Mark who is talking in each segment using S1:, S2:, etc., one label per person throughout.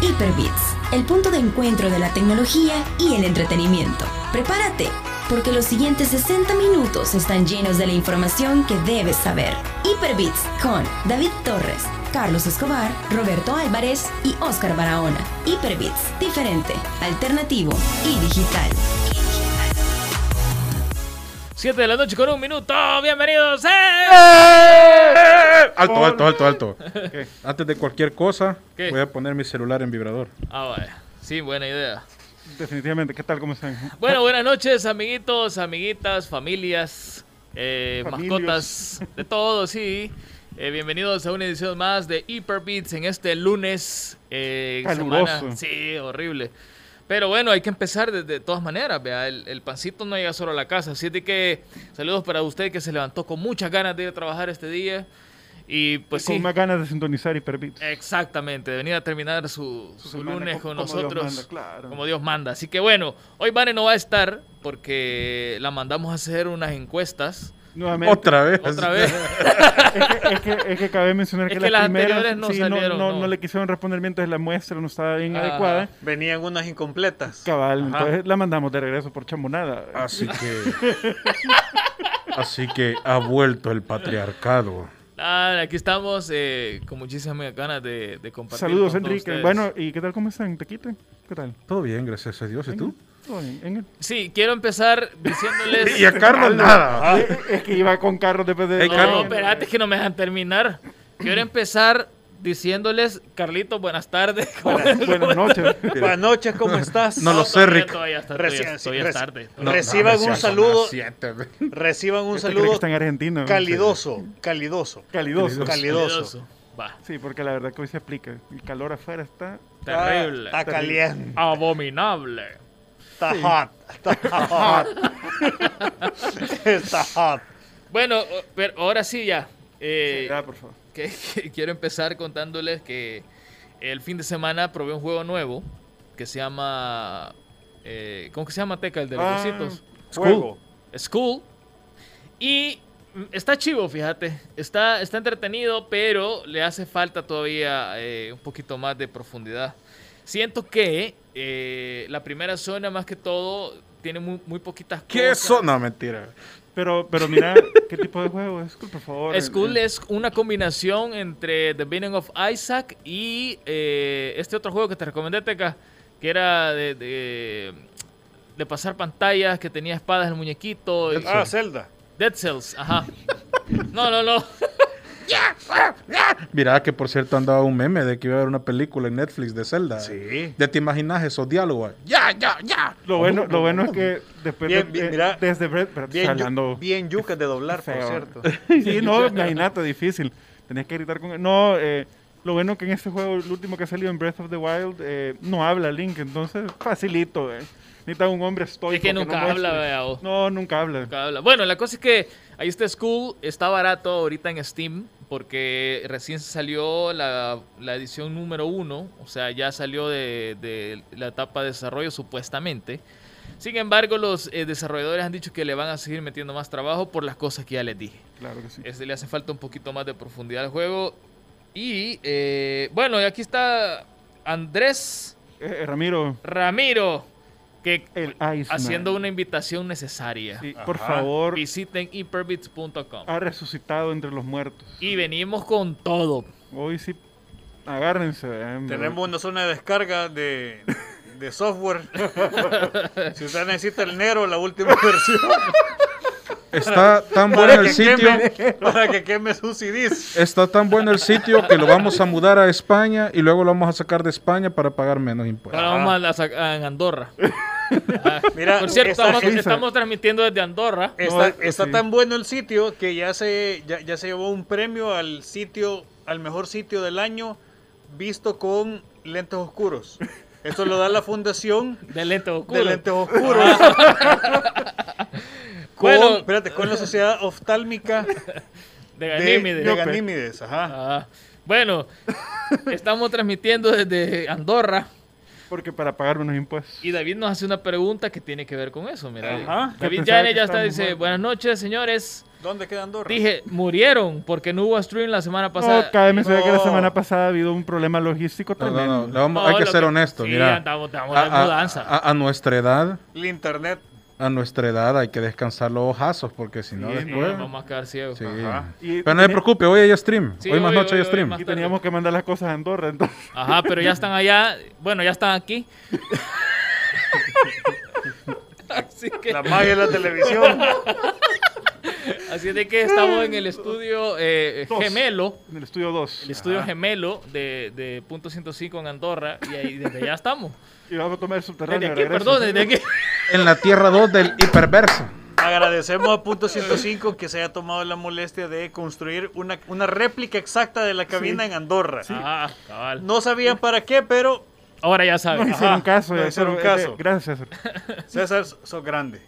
S1: Hyperbits, el punto de encuentro de la tecnología y el entretenimiento. Prepárate, porque los siguientes 60 minutos están llenos de la información que debes saber. Hyperbits con David Torres, Carlos Escobar, Roberto Álvarez y Oscar Barahona. Hyperbits, diferente, alternativo y digital.
S2: 7 de la noche con un minuto. Bienvenidos. ¡Eh!
S3: Alto, alto, alto, alto.
S4: ¿Qué?
S3: Antes de cualquier cosa,
S2: ¿Qué?
S3: voy a poner mi celular en vibrador.
S2: Ah, vaya. Sí, buena idea.
S4: Definitivamente, ¿qué tal? ¿Cómo están?
S2: Bueno, buenas noches, amiguitos, amiguitas, familias, eh,
S4: Familios.
S2: mascotas, de todo, sí. Eh, bienvenidos a una edición más de Hyperbeats en este lunes. Eh,
S4: Caluroso.
S2: semana- Sí, horrible. Pero bueno, hay que empezar de, de todas maneras, vea, el, el pancito no llega solo a la casa, así de que saludos para usted que se levantó con muchas ganas de ir a trabajar este día y pues
S4: Con
S2: sí, Eh,
S4: más ganas de sintonizar y permitir.
S2: exactamente, de venir a terminar su, su
S4: semana
S2: lunes
S4: co-
S2: con
S4: como Dios
S2: nosotros
S4: manda, claro.
S2: como Dios manda. Así que bueno, hoy Vane no va a estar porque la mandamos a hacer unas encuestas
S4: Nuevamente.
S3: Otra vez.
S2: otra vez.
S4: Es que, es que cabe mencionar
S2: Es
S4: que,
S2: que las
S4: primeras
S2: anteriores no
S4: sí, no,
S2: salieron,
S4: no-
S2: no. Ah.
S4: no le quisieron responder mientras la muestra no estaba bien
S2: Ajá.
S4: adecuada.
S5: Venían unas incompletas.
S4: Cabal, entonces la mandamos de regreso por chamonada.
S3: Así que. Así que ha vuelto el patriarcado.
S2: Nada, aquí estamos eh, con muchísimas ganas de, de compartir.
S4: Saludos,
S2: con todos
S4: Enrique.
S2: ustedes.
S4: Bueno, ¿y qué tal? ¿Cómo están? ¿Te quiten? ¿Qué tal?
S3: Todo bien, gracias a Dios. ¿Y tú?
S4: Todo bien, Engel.
S2: sí, quiero empezar diciéndoles.
S3: Y a Carlos
S2: Ah,
S3: nada.
S4: Eh, eh, Es que iba con carros después de...
S3: Ey,
S2: No,
S3: Carlos.
S2: espérate que no me dejan terminar. Quiero empezar diciéndoles, Carlitos, buenas tardes.
S4: Buenas, buenas noches.
S5: Buenas noches, ¿cómo estás?
S3: No lo sé,
S2: Todavía-
S3: Rick.
S2: Todavía está,
S5: Recién,
S2: todavía-
S5: sí,
S2: todavía es
S5: recién.
S2: tarde.
S5: No, Reciban
S3: no,
S5: un
S3: si
S5: saludo.
S3: son las siete, güey.
S5: Reciban un
S4: Este cree que
S5: saludo
S4: está en Argentina. ¿no?
S5: calidoso, calidoso.
S4: Calidoso.
S3: Calidoso.
S5: Calidoso.
S2: Va,
S4: Sí, porque la verdad que hoy se aplica. El calor afuera está...
S2: terrible.
S4: Ah,
S5: Está caliente.
S2: Abominable.
S5: Está hot. Está hot. Está hot.
S2: Bueno, o- pero ahora sí ya. Eh,
S4: Ya, por favor.
S2: que- que quiero empezar contándoles que el fin de semana probé un juego nuevo que se llama... eh, ¿Cómo que se llama, Teca? El de los
S4: Ah,
S2: huesitos.
S4: Fuego.
S2: School. Y mm, está chivo, fíjate. Está, está entretenido, pero le hace falta todavía eh, un poquito más de profundidad. Siento que eh, la primera zona, más que todo, tiene muy, muy poquitas
S3: ¿Qué
S2: cosas.
S3: son? No, mentira.
S4: Pero, pero mira, ¿qué tipo de juego es? Por favor.
S2: School
S4: Eh,
S2: es una combinación entre The Binding of Isaac y eh, este otro juego que te recomendé, Teca, que era de, de, de pasar pantallas, que tenía espadas el muñequito. y-
S5: Ah, Zelda.
S2: Dead Cells, ajá. No, no, no.
S3: Mira que por cierto andaba un meme de que iba a haber una película en Netflix de Zelda.
S5: Sí.
S3: Ya te imaginas esos diálogos. Ya, ya, ya.
S4: Lo bueno, lo bueno
S5: Oh.
S4: es que después
S5: Bien,
S4: de,
S5: bien,
S4: eh,
S5: mira.
S4: desde Brett, pero
S5: Bien, yu-
S4: hablando
S5: bien yucas de doblar, por
S4: feo.
S5: cierto.
S4: Sí, no, imagínate, difícil. Tenías que gritar con No, eh, lo bueno que en este juego, el último que ha salido en Breath of the Wild, eh, no habla Link, entonces facilito, eh. Necesita un hombre estoico.
S2: Es que
S4: no
S2: nunca habla,
S4: muestre.
S2: vea, o-
S4: No, nunca habla.
S2: nunca habla. Bueno, la cosa es que ahí está School, está barato ahorita en Steam, porque recién salió la, la edición número uno, o sea, ya salió de, de la etapa de desarrollo supuestamente. Sin embargo, los eh, desarrolladores han dicho que le van a seguir metiendo más trabajo por las cosas que ya les dije.
S4: Claro que sí.
S2: Este, le hace falta un poquito más de profundidad al juego. Y eh, bueno, y aquí está Andrés
S4: Eh, eh, Ramiro,
S2: Ramiro, que
S4: el Iceman.
S2: haciendo una invitación necesaria.
S4: Sí, por
S5: Ajá.
S4: favor,
S2: Visiten hyperbits.com.
S4: ha resucitado entre los muertos.
S2: Y venimos con todo.
S4: Hoy sí, agárrense. eh,
S5: Tenemos una zona de descarga de, de software. Si usted necesita el Nero, la última versión.
S3: Está tan bueno el
S5: que
S3: sitio.
S5: queme- para que queme sus CDs.
S3: Está tan bueno el sitio que lo vamos a mudar a España y luego lo vamos a sacar de España para pagar menos impuestos.
S2: Ahora vamos a, la sac- a- en Andorra. Ah,
S5: Mira,
S2: Por cierto,
S5: esta
S2: estamos,
S5: gente-
S2: estamos transmitiendo desde Andorra.
S5: Está,
S4: No,
S5: está
S4: sí.
S5: tan bueno el sitio que ya se, ya, ya se llevó un premio al sitio, al mejor sitio del año visto con lentes oscuros. Esto lo da la fundación
S2: De lente
S5: de
S2: oscuro. Ah,
S5: lentes oscuros. con,
S2: Bueno.
S5: espérate, con la sociedad oftálmica
S2: De
S5: de,
S2: Ganímedes.
S5: de Ganímedes, ajá.
S2: Ah, bueno, estamos transmitiendo desde Andorra.
S4: Porque para pagar unos impuestos.
S2: Y David nos hace una pregunta que tiene que ver con eso. Mira,
S5: Ajá.
S2: David
S4: Yo pensaba
S2: Yane
S4: que
S2: ya está,
S4: estábamos
S2: dice,
S4: muertos.
S2: buenas noches, señores.
S5: ¿Dónde queda Andorra?
S2: Dije, murieron porque no hubo stream la semana pasada.
S4: No, cabe mencionar que la
S5: No.
S4: semana pasada ha habido un problema logístico
S3: No,
S4: tremendo.
S3: no, no, le vamos-
S2: No,
S3: hay que
S2: lo
S3: ser honestos,
S2: sí,
S3: mira.
S2: andamos- andamos
S3: a,
S2: en
S3: a-
S2: mudanza.
S3: a- a nuestra edad,
S5: El internet.
S3: a nuestra edad hay que descansar los ojazos porque si no
S4: Sí,
S2: Sí,
S3: después.
S4: bueno.
S2: Vamos a quedar ciegos.
S3: Sí.
S5: Ajá.
S4: Y-
S3: Pero no se preocupe, hoy hay stream.
S2: Sí,
S3: hoy más
S2: hoy,
S3: noche
S2: hoy,
S3: hay
S2: hoy
S3: stream.
S2: más-
S4: Y teníamos que mandar las cosas a Andorra, entonces.
S2: Ajá, pero ya están allá. Bueno, ya están aquí. Así que,
S5: La magia de la televisión.
S2: así de que estamos en el estudio eh,
S4: Dos.
S2: gemelo.
S4: En el estudio 2.
S2: El estudio gemelo de, de Punto 105 en Andorra. Y ahí desde allá estamos.
S4: Y vamos a tomar el subterráneo.
S2: Desde
S4: de
S2: aquí,
S4: regreso.
S2: perdón, desde aquí.
S3: En la tierra 2 del hiperverso.
S5: Agradecemos a Punto 105 que se haya tomado la molestia de construir una, una réplica exacta de la cabina en Andorra.
S2: Ajá, Ah, cabal.
S5: No sabían para qué, pero
S2: Ahora ya
S4: No
S2: sabes.
S4: hicieron caso.
S5: no
S4: ya,
S5: hicieron
S4: pero,
S5: caso.
S4: eh, Gracias, César.
S5: César, sos grande.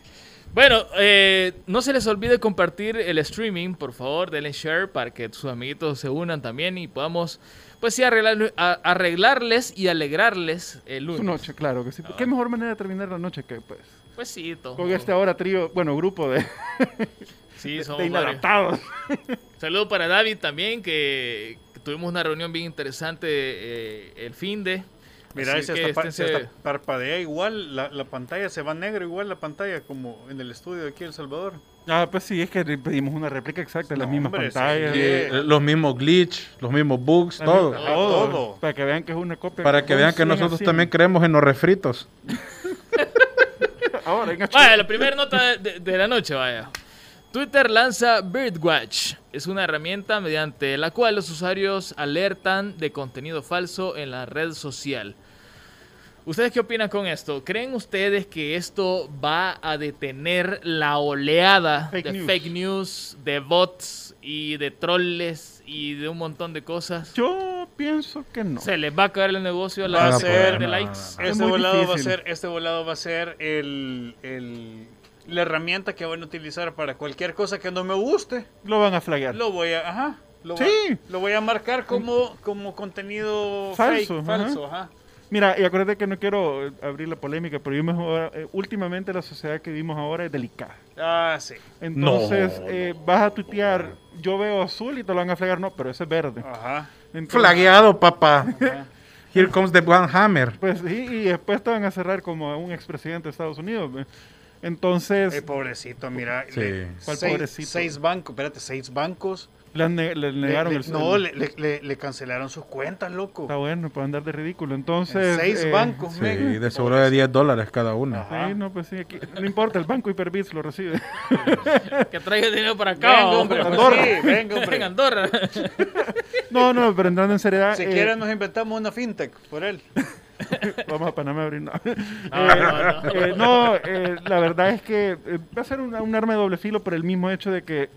S2: Bueno, eh, no se les olvide compartir el streaming, por favor, denle share para que sus amiguitos se unan también y podamos, pues sí, arreglar- a- arreglarles y alegrarles el
S4: Su
S2: lunes.
S4: noche, claro que sí. ¿Qué mejor manera de terminar la noche que pues
S2: Pues sí, todo.
S4: con este ahora trío, bueno, grupo de,
S2: Sí,
S4: de
S2: somos varios.
S4: inadaptados?
S2: Saludo para David también, que que tuvimos una reunión bien interesante eh, el fin de.
S5: Mira,
S2: Así
S5: si
S2: que
S5: hasta, pa- si
S2: esténse-
S5: hasta parpadea igual, la, la pantalla se va negro igual la pantalla como en el estudio de aquí en El Salvador.
S4: Ah, pues sí, es que le pedimos una réplica exacta de las
S5: No,
S4: mismas
S5: hombre, sí.
S4: pantallas.
S5: Sí.
S3: Eh, Los mismos glitch, los mismos bugs,
S4: Las
S3: todo.
S4: mismas-
S5: Todo.
S4: Para que vean que es una copia.
S3: Para que vean que
S4: Bueno,
S3: nosotros
S4: sí,
S3: también creemos en los refritos.
S4: Ahora, en
S2: Vaya, la primera nota de, de la noche, vaya. Twitter lanza Birdwatch. Es una herramienta mediante la cual los usuarios alertan de contenido falso en la red social. ¿Ustedes qué opinan con esto? ¿Creen ustedes que esto va a detener la oleada
S4: Fake
S2: de
S4: news.
S2: fake news, de bots y de troles y de un montón de cosas?
S4: Yo pienso que no.
S2: ¿Se les va a caer el negocio a
S5: Va
S2: la
S5: a
S2: red
S5: ser-
S2: de
S3: no,
S2: likes?
S3: no,
S4: Ah, Es
S5: Este
S4: muy
S5: volado, va a
S4: difícil.
S5: ser, este volado va a ser el, el- la herramienta que van a utilizar para cualquier cosa que no me guste.
S4: Lo van a flaggear.
S5: Lo voy a, ajá, lo,
S4: Sí.
S5: voy, lo voy a marcar como, como contenido
S4: Falso,
S5: fake, falso, ajá.
S4: Mira, y acuérdate que no quiero eh, abrir la polémica, pero yo mejor, eh, últimamente la sociedad que vivimos ahora es delicada.
S5: Ah, sí.
S4: Entonces,
S3: No,
S4: eh, vas a tuitear, yo veo azul y te lo van a flagar, no, pero ese es verde.
S5: Ajá.
S4: Entonces,
S3: Flagueado, papá.
S5: Ajá.
S3: Here comes the one hammer.
S4: Pues sí, y después te van a cerrar como a un expresidente de Estados Unidos. ve. Entonces,
S5: Eh, pobrecito, mira.
S3: Sí.
S4: ¿Cuál
S5: seis,
S4: pobrecito?
S5: Seis bancos, espérate, seis bancos.
S4: le, han ne- le
S5: le-
S4: negaron
S5: le-
S4: el
S5: no,
S4: el-
S5: le, le- le- le cancelaron sus cuentas, loco.
S2: Ah,
S4: Está bueno, puede andar de ridículo.
S5: En
S4: Entonces,
S5: seis
S4: eh,
S5: bancos,
S3: Sí,
S5: men.
S3: de seguro de 10 dólares cada uno.
S5: Ajá.
S4: Sí, no, pues sí, aquí, no importa, el banco Hyperbits lo recibe.
S2: Que traiga el dinero para acá.
S5: Venga, hombre,
S2: hombre.
S5: pues
S4: Andorra.
S5: sí, venga, hombre.
S2: En Andorra.
S4: No, no, pero entrando en
S2: Ah,
S4: seriedad,
S5: Si
S4: eh,
S5: quieren nos inventamos una fintech por él.
S4: vamos a Panamá a abrir. No,
S2: No, no, no.
S4: Eh, no, eh, la verdad es que eh, va a ser una- un arma de doble filo por el mismo hecho de que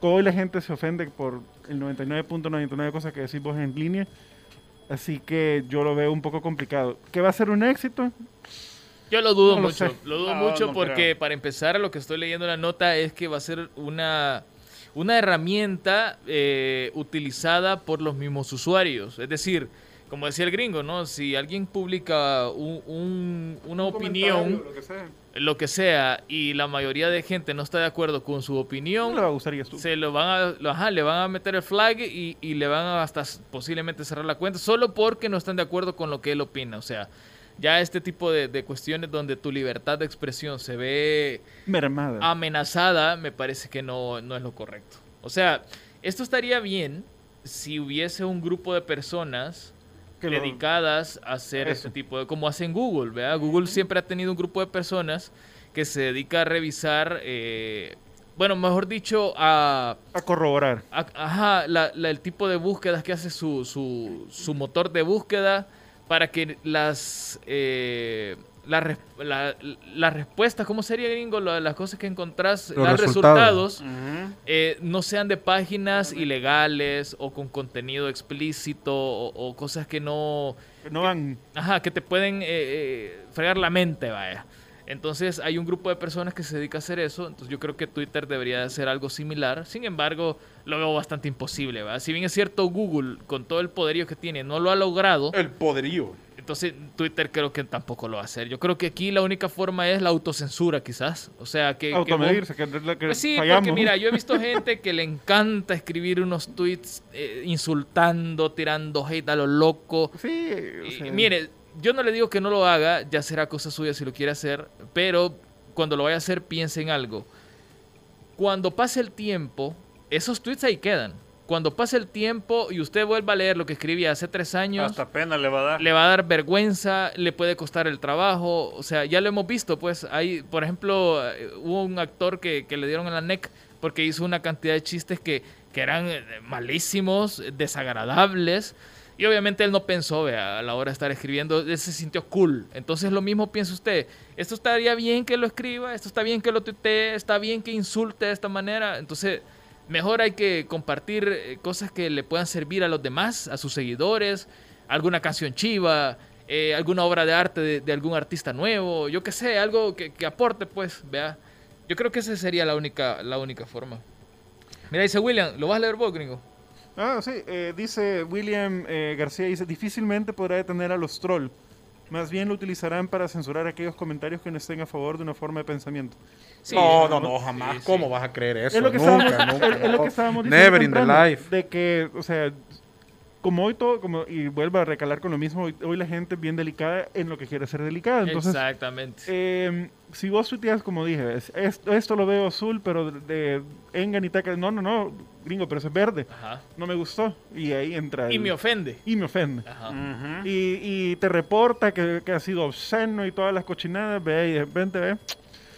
S4: hoy la gente se ofende por el 99.99 cosas que decís vos en línea. Así que yo lo veo un poco complicado. ¿Que va a ser un éxito?
S2: Yo lo dudo
S4: No lo
S2: mucho,
S4: sé.
S2: lo dudo
S5: No,
S2: mucho
S5: no
S2: porque
S5: creo.
S2: para empezar lo que estoy leyendo en la nota es que va a ser una, una herramienta eh, utilizada por los mismos usuarios. Es decir, como decía el gringo, ¿no? Si alguien publica un- un- una opinión, lo que sea, y la mayoría de gente no está de acuerdo con su
S4: No le va
S2: opinión,
S4: a gustar y es tú.
S2: se lo van a, lo- ajá, le van a meter el flag y, y le van a hasta s- posiblemente cerrar la cuenta solo porque no están de acuerdo con lo que él opina. O sea, ya este tipo de, de cuestiones donde tu libertad de expresión se ve
S4: Mermada.
S2: Ah. amenazada, me parece que no, no es lo correcto. O sea, esto estaría bien si hubiese un grupo de personas
S4: Que lo-
S2: dedicadas a hacer
S4: Eso.
S2: este tipo de, como hacen Google, ¿verdad? Google siempre ha tenido un grupo de personas que se dedica a revisar, eh, bueno, mejor dicho, a,
S4: a corroborar.
S2: a- ajá, la- la- el tipo de búsquedas que hace su, su, su motor de búsqueda para que las, eh, la res- la- las respuestas, ¿cómo sería gringo? La- las cosas que encontrás,
S3: Los
S2: los
S3: resultados.
S2: resultados, eh, no sean de páginas ilegales o con contenido explícito o, o cosas que no,
S4: Que no van.
S2: ajá, que te pueden eh, eh, fregar la mente, vaya. Entonces hay un grupo de personas que se dedica a hacer eso, entonces yo creo que Twitter debería hacer algo similar, sin embargo lo veo bastante imposible, ¿verdad? Si bien es cierto Google, con todo el poderío que tiene, no lo ha logrado,
S3: El poderío.
S2: Entonces Twitter creo que tampoco lo va a hacer. Yo creo que aquí la única forma es la autocensura quizás. O sea, que... que vos-
S4: Automedirse, que, que,
S2: Pues sí, porque
S4: fallamos.
S2: mira, yo he visto gente que le encanta escribir unos tweets eh, insultando, tirando hate a lo loco.
S4: Sí, o
S2: Y,
S4: sea,
S2: mire, yo no le digo que no lo haga, ya será cosa suya si lo quiere hacer, pero cuando lo vaya a hacer piense en algo. Cuando pase el tiempo, esos tweets ahí quedan. Cuando pase el tiempo y usted vuelva a leer lo que escribía hace tres años,
S5: Hasta pena le va a dar.
S2: le va a dar vergüenza, le puede costar el trabajo, o sea, ya lo hemos visto, pues hay, por ejemplo, eh, hubo un actor que, que le dieron en la NEC porque hizo una cantidad de chistes que, que eran eh, malísimos, eh, desagradables, y obviamente él no pensó vea, a la hora de estar escribiendo, él se sintió cool, entonces lo mismo piensa usted, esto estaría bien que lo escriba, esto está bien que lo tuitee, está bien que insulte de esta manera, entonces... Mejor hay que compartir eh, cosas que le puedan servir a los demás, a sus seguidores, alguna canción chiva, eh, alguna obra de arte de, de algún artista nuevo, yo qué sé, algo que, que aporte, pues, vea. Yo creo que esa sería la única, la única forma. Mira, dice William, ¿lo vas a leer vos, gringo?
S4: Ah, sí, eh, dice William eh, García, dice, difícilmente podrá detener a los troll. Más bien lo utilizarán para censurar aquellos comentarios que no estén a favor de una forma de pensamiento.
S2: Sí,
S6: no, no, no, jamás.
S2: Sí, sí.
S6: ¿Cómo vas a creer eso?
S4: es lo que
S6: nunca,
S4: estábamos,
S6: nunca,
S4: es- es lo
S6: no.
S4: que estábamos diciendo.
S3: Never in the
S4: temprano,
S3: life.
S4: De que, o sea, como hoy todo, como, y vuelvo a recalar con lo mismo, hoy, hoy la gente es bien delicada en lo que quiere ser delicada. Entonces,
S2: Exactamente.
S4: eh, si vos tuiteas, como dije, es- esto, esto lo veo azul, pero de, de Engan y Taca, no, no, no, gringo, pero eso es verde,
S2: Ajá.
S4: no me gustó. Y ahí entra.
S2: Y
S4: el-
S2: me ofende.
S4: y me ofende.
S2: Ajá.
S5: Ujú.
S4: Y, y te reporta que, que ha sido obsceno y todas las cochinadas, ve, y de repente ve.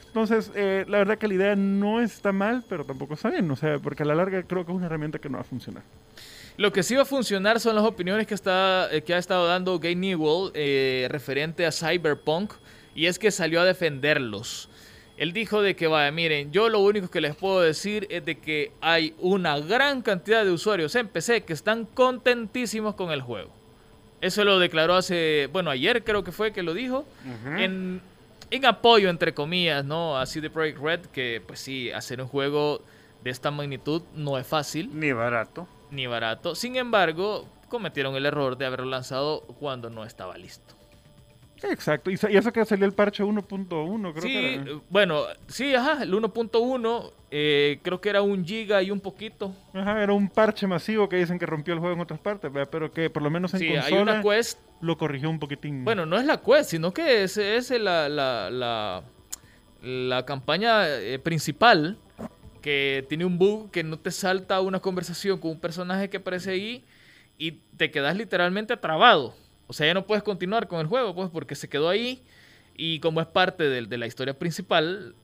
S4: Entonces, eh, la verdad que la idea no está mal, pero tampoco está bien, o sea, porque a la larga creo que es una herramienta que no va a funcionar.
S2: Lo que sí va a funcionar son las opiniones que, está, eh, que ha estado dando Gay Newell eh, referente a Cyberpunk y es que salió a defenderlos. Él dijo de que, vaya, miren, yo lo único que les puedo decir es de que hay una gran cantidad de usuarios en PC que están contentísimos con el juego. Eso lo declaró hace, bueno, ayer creo que fue que lo dijo, en, en apoyo, entre comillas, ¿no? Así de Project Red, que pues sí, hacer un juego de esta magnitud no es fácil
S5: Ni barato.
S2: ni barato. Sin embargo, cometieron el error de haberlo lanzado cuando no estaba listo.
S4: Exacto, y, sa- y eso que salió el parche 1.1, creo
S2: sí,
S4: que era.
S2: eh, bueno, sí, ajá, el 1.1, eh, creo que era un giga y un poquito.
S4: Ajá, era un parche masivo que dicen que rompió el juego en otras partes, ¿verdad? pero que por lo menos Pues en
S2: Sí, hay
S4: consola
S2: una quest.
S4: lo corrigió un poquitín.
S2: Bueno, no es la quest, sino que es, es la, la, la, la campaña eh, principal que tiene un bug que no te salta una conversación con un personaje que aparece ahí y te quedas literalmente trabado. O sea, ya no puedes continuar con el juego, pues, porque se quedó ahí y como es parte del- de, la historia principal,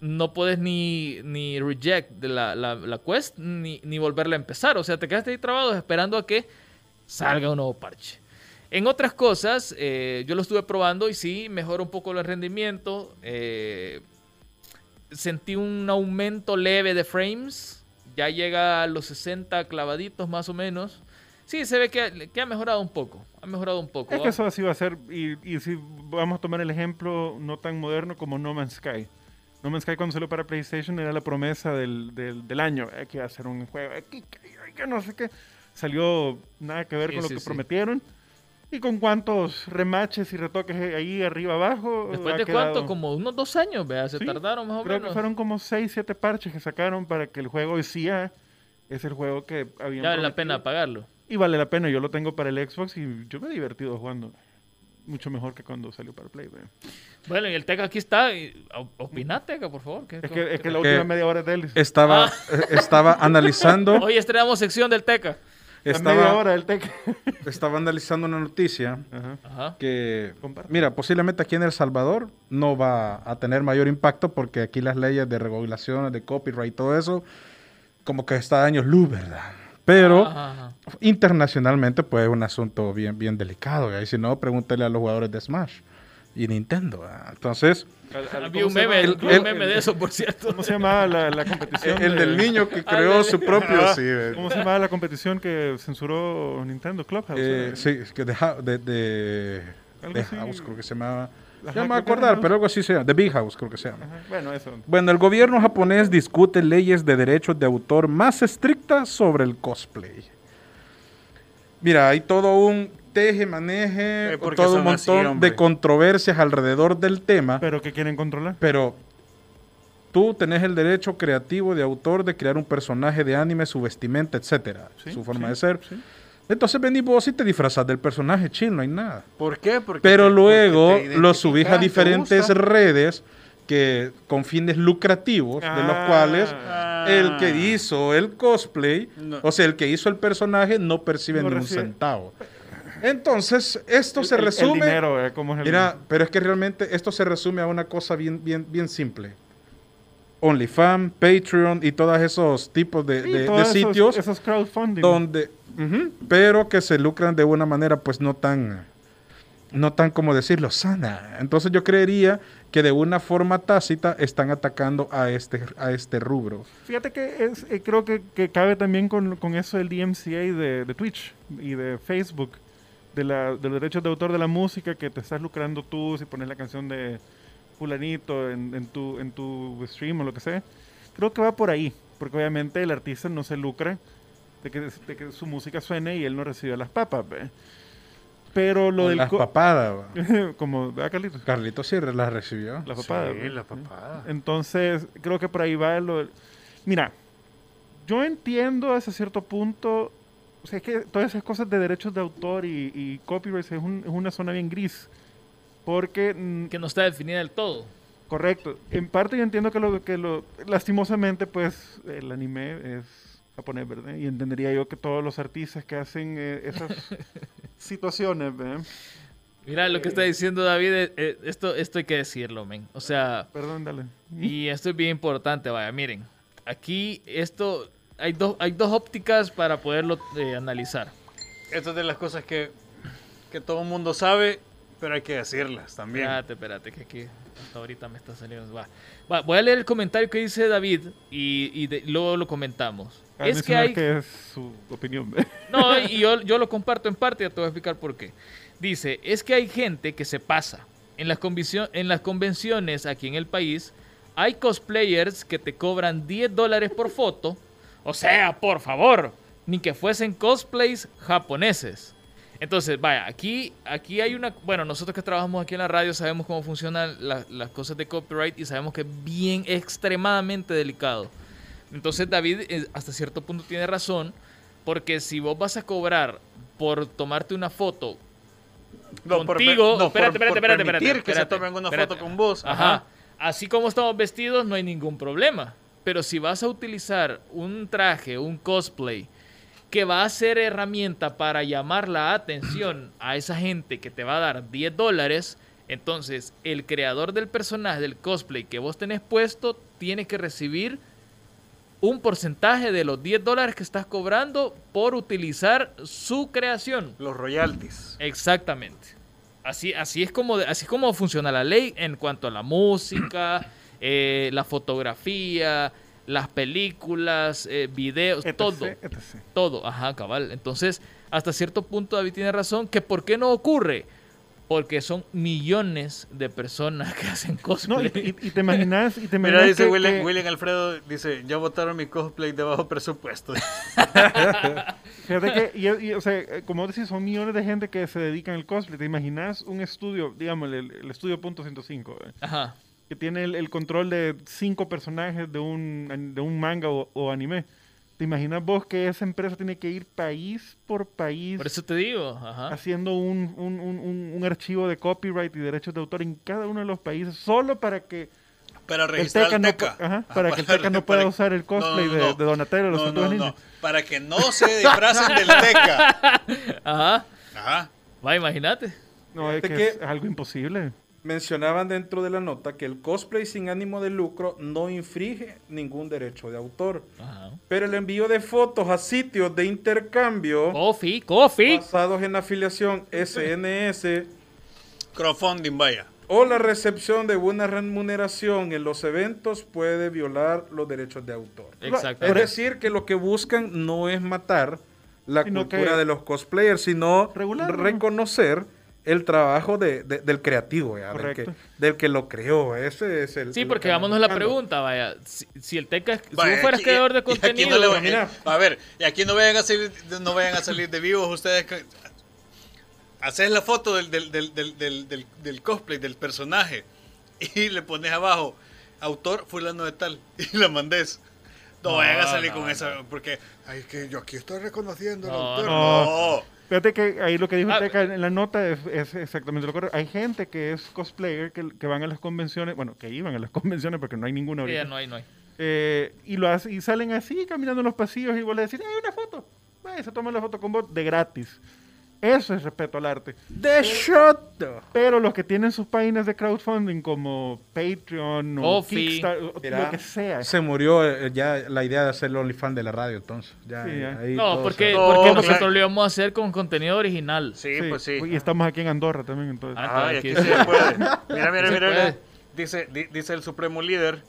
S2: no puedes ni, ni reject de la, la- la quest ni, ni volverla a empezar. O sea, te quedaste ahí trabado esperando a que salga un nuevo parche. En otras cosas, eh, yo lo estuve probando y sí, mejora un poco el rendimiento. eh, sentí un aumento leve de frames. Ya llega a los 60 clavaditos más o menos. Sí, se ve que, que ha mejorado un poco. Ha mejorado un poco.
S4: es
S2: ¿va?
S4: que eso así va a ser, y, y si vamos a tomar el ejemplo no tan moderno como No Man's Sky. No Man's Sky cuando salió para PlayStation era la promesa del, del, del año, eh, que iba a ser un juego, eh, que, que- que no sé qué. Salió nada que ver
S2: Sí,
S4: con lo
S2: sí,
S4: que
S2: sí.
S4: prometieron. ¿Y con cuántos remaches y retoques eh, ahí arriba abajo?
S2: Después
S4: ha
S2: de
S4: quedado?
S2: cuánto, como unos dos años, vea, se
S4: Sí,
S2: tardaron más o
S4: Creo que
S2: menos.
S4: fueron como 6, 7 parches que sacaron para que el juego decía es el juego que habían
S2: Ya vale la
S4: prometido.
S2: pena pagarlo.
S4: Y vale la pena, yo lo tengo para el Xbox y yo me he divertido jugando. Mucho mejor que cuando salió para Play. güey.
S2: Bueno, y el Teca aquí está. y- o- Opina, Teca, por favor. ¿qué-
S4: Es
S2: cómo-
S4: que, es
S2: qué
S4: que
S2: tal?
S4: la
S3: Que-
S4: última media hora es de él.
S3: Estaba,
S2: Ah.
S3: eh, estaba analizando,
S2: Hoy estrenamos sección del Teca.
S4: La media
S3: estaba,
S4: hora del Tec.
S3: estaba analizando una noticia
S4: Ajá.
S2: Ajá.
S3: que,
S4: Comparte.
S3: mira, posiblemente aquí en El Salvador no va a tener mayor impacto porque aquí las leyes de regulaciones, de copyright, todo eso, como que está a años luz, ¿verdad? Pero
S2: Ajá, ajá.
S3: internacionalmente, pues es un asunto bien, bien delicado. ¿verdad? Y si no, pregúntale a los jugadores de Smash y Nintendo. ¿verdad? Entonces,
S2: Había un
S4: ¿Cómo se
S2: meme,
S4: llama?
S2: vi un
S3: el-
S2: meme de eso, por cierto.
S4: ¿Cómo se llamaba la, la competición?
S3: el, el
S4: de-
S3: del niño
S4: Ah,
S3: que creó su propio... sí, ¿verdad?
S4: ¿Cómo se llamaba la competición que censuró Nintendo Clubhouse?
S3: Eh,
S4: era?
S3: sí, es que de, Hou- de, de,
S4: Algo
S3: de
S4: así.
S3: House, creo que se llamaba.
S4: Ajá,
S3: Ya me voy a
S4: creo que era
S3: acordar,
S4: House.
S3: pero algo así se llama. The Big House, creo que se llama.
S4: Ajá. Bueno, eso.
S3: Bueno, el gobierno japonés discute leyes de derechos de autor más estrictas sobre el cosplay. Mira, hay todo un teje, maneje,
S5: Eh, ¿por qué
S3: todo un
S5: son así,
S3: montón
S5: hombre?
S3: de controversias alrededor del tema,
S4: Pero que quieren controlar.
S3: pero tú tenés el derecho creativo de autor de crear un personaje de anime, su vestimenta, etcétera,
S4: Sí,
S3: su forma
S4: sí,
S3: de ser.
S4: sí.
S3: Entonces venís vos y te disfrazas del personaje, chill, no hay nada.
S5: ¿Por qué? Porque
S3: Pero
S5: te-
S3: luego
S5: porque te
S3: lo subís
S5: identificas,
S3: a
S5: te
S3: diferentes
S5: gusta.
S3: redes que con fines lucrativos, de los
S4: Ah.
S3: cuales
S5: Ah.
S3: el que hizo el cosplay,
S5: No.
S3: o sea, el que hizo el personaje no percibe
S4: No
S3: ni
S4: recibe.
S3: un centavo. Entonces, esto
S4: El-
S3: se
S4: el-
S3: resume...
S4: El dinero, eh, ¿cómo es el
S3: Mira, pero es que realmente esto se resume a una cosa bien, bien, bien simple. OnlyFans, Patreon y todos esos tipos de,
S4: Sí,
S3: de- de
S4: todos esos-
S3: sitios
S4: Esos crowdfunding.
S3: donde ujú, pero que se lucran de una manera pues no tan no tan como decirlo sana entonces yo creería que de una forma tácita están atacando a este a este rubro
S4: Fíjate que es, eh, creo que, que cabe también con, con eso el DMCA de, de Twitch y de Facebook, de, la, de los derechos de autor de la música que te estás lucrando tú si pones la canción de fulanito en, en tu, en tu stream o lo que sea. Creo que va por ahí, porque obviamente el artista no se lucra de que, de que su música suene y él no recibe las papas. ¿ve? Pero lo
S3: O
S4: del...
S3: las
S4: co-
S3: papadas va.
S4: como, ¿verdad, Carlitos?
S3: Carlito Sierra las recibió
S4: Las papadas.
S5: Sí,
S4: ¿ve?
S5: la papada.
S4: Entonces, creo que por ahí va lo del- Mira, yo entiendo hasta cierto punto... O sea, es que todas esas cosas de derechos de autor y, y copyrights es, un- es una zona bien gris. Porque... mm,
S2: Que no está definida del todo.
S4: Correcto. En parte yo entiendo que lo... Que lo lastimosamente, pues, el anime es japonés, ¿verdad? Y entendería yo que todos los artistas que hacen eh, esas situaciones, ¿verdad?
S2: Mira lo que está diciendo David, eh, eh, esto, esto hay que decirlo, men. O sea,
S4: Perdón, dale.
S2: y esto es bien importante, vaya, miren. Aquí esto, hay, dos hay dos ópticas para poderlo eh, analizar.
S5: Estas de las cosas que, que todo el mundo sabe, pero hay que decirlas también.
S2: Espérate, espérate, que aquí hasta ahorita me está saliendo. Va. Va, voy a leer el comentario que dice David y, y de- luego lo comentamos.
S4: Ah,
S2: es que
S4: mencionar
S2: hay...
S4: que es su opinión, ¿verdad?
S2: No, y yo, yo lo comparto en parte, ya te voy a explicar por qué. Dice, es que hay gente que se pasa. En las, convicio- en las convenciones aquí en el país, hay cosplayers que te cobran 10 dólares por foto. O sea, por favor, ni que fuesen cosplays japoneses. Entonces, vaya, aquí, aquí hay una... Bueno, nosotros que trabajamos aquí en la radio sabemos cómo funcionan la- las cosas de copyright y sabemos que es bien extremadamente delicado. Entonces David eh, hasta cierto punto tiene razón, porque si vos vas a cobrar por tomarte una foto
S5: No, por-
S2: contigo,
S5: no,
S2: espérate,
S5: por-
S2: espérate,
S5: por
S2: espérate,
S5: permitir
S2: espérate,
S5: que
S2: espérate,
S5: se tomen una
S2: espérate.
S5: foto con vos.
S2: Ajá. Así como estamos vestidos, no hay ningún problema. Pero si vas a utilizar un traje, un cosplay, que va a ser herramienta para llamar la atención a esa gente que te va a dar 10 dólares, entonces el creador del personaje, del cosplay que vos tenés puesto, tiene que recibir un porcentaje de los 10 dólares que estás cobrando por utilizar su creación.
S5: Los royalties.
S2: Exactamente. Así, así, es como, así es como funciona la ley en cuanto a la música, eh, la fotografía, las películas, eh, videos,
S4: Etc,
S2: todo.
S4: etc.
S2: Todo, ajá, cabal. Entonces, hasta cierto punto David tiene razón, que ¿por qué no ocurre? Porque son millones de personas que hacen
S4: No, y,
S2: cosplay.
S4: y- y te imaginas, y te imaginas
S5: Mira, dice
S4: que-
S5: William,
S4: que-
S5: William Alfredo, dice, ya votaron mi cosplay de bajo presupuesto.
S4: fíjate que, y- y, o sea, eh, como decís, son millones de gente que se dedican al cosplay. Te imaginas un estudio, digamos, el, el estudio punto .105, eh,
S2: Ajá.
S4: que tiene el, el control de cinco personajes de un, an- de un manga o, o anime. ¿Te imaginas vos que esa empresa tiene que ir país por país
S2: Por eso ¿ah? te digo, ajá.
S4: haciendo un, un- un- un- un archivo de copyright y derechos de autor en cada uno de los países solo para que
S5: Para
S4: el
S5: registrar
S4: Teca
S5: el
S4: no,
S5: Teca.
S4: pu- ajá,
S5: Ah,
S4: para que el Teca no pueda
S5: para-
S4: usar el cosplay
S5: No,
S4: de-
S5: no,
S4: de,
S5: no.
S4: Donatello los
S5: No,
S4: Tortugas
S5: no,
S4: Ninja.
S5: no. Para que no se disfracen del Teca.
S2: Ajá.
S5: Ajá.
S2: Va, imagínate.
S4: No, es,
S3: Fíjate
S4: que
S3: que-
S4: es algo imposible.
S3: mencionaban dentro de la nota que el cosplay sin ánimo de lucro no infringe ningún derecho de autor
S2: Ajá.
S3: pero el envío de fotos a sitios de intercambio
S2: Coffee, coffee.
S3: basados en afiliación SNS
S5: Crowdfunding, vaya.
S3: o la recepción de una remuneración en los eventos puede violar los derechos de autor. Es
S2: Exactamente.
S3: decir, que lo que buscan no es matar la
S4: Sino
S3: cultura
S4: que-
S3: de los cosplayers, sino
S4: Regular, ¿no?
S3: reconocer el trabajo de- de- del creativo, ya, del,
S4: Correcto.
S3: que, del que lo creó. Ese es el.
S2: Sí,
S3: el
S2: porque
S3: que
S2: vámonos la
S3: buscando.
S2: pregunta, vaya. Si, si el Teca, es- si
S5: Vaya,
S2: vos fueras
S5: aquí-
S2: creador
S5: y
S2: de
S5: aquí no
S2: contenido,
S5: le va-
S2: imagina-
S5: a ver, y aquí no vayan a salir, no vayan a salir de vivos ustedes. que- haces la foto del, del, del, del, del- del- del cosplay, del personaje, y le pones abajo, autor fulano de tal, y la mandes. No,
S2: No,
S5: vayan a salir
S2: no,
S5: con
S2: no.
S5: esa, porque, ay, es que yo aquí estoy reconociendo al
S2: No,
S5: autor.
S4: no.
S5: No.
S4: Fíjate que ahí lo que dijo
S2: Ah,
S4: Teca en la nota es, es exactamente lo correcto. Hay gente que es cosplayer, que, que van a las convenciones, bueno, que iban a las convenciones porque no hay ninguna
S2: Sí,
S4: ahorita.
S2: ya no hay, no hay.
S4: Eh, y, lo hace- y salen así, caminando en los pasillos y vos le decís, hay una foto. Va, y se toma la foto con vos de gratis. Eso es respeto al arte.
S3: ¡De shoto!
S4: Pero los que tienen sus páginas de crowdfunding como Patreon o
S2: Ko-fi.
S4: Kickstarter, o
S6: Mira,
S4: lo que sea.
S3: Se murió eh, ya la idea de hacer el OnlyFans de la radio, entonces. Ya,
S4: Sí, ya.
S3: ahí
S2: No,
S3: todo
S2: porque,
S3: se-
S5: No,
S2: porque
S5: claro.
S2: nosotros lo íbamos a hacer con contenido original.
S5: Sí, pues sí.
S4: Y estamos aquí en Andorra también, entonces.
S2: Ah,
S5: Ay,
S2: aquí
S5: aquí
S2: sí.
S5: se puede. Mira, mira, mira.
S2: se
S5: mira.
S2: puede.
S5: Dice, di- dice el supremo líder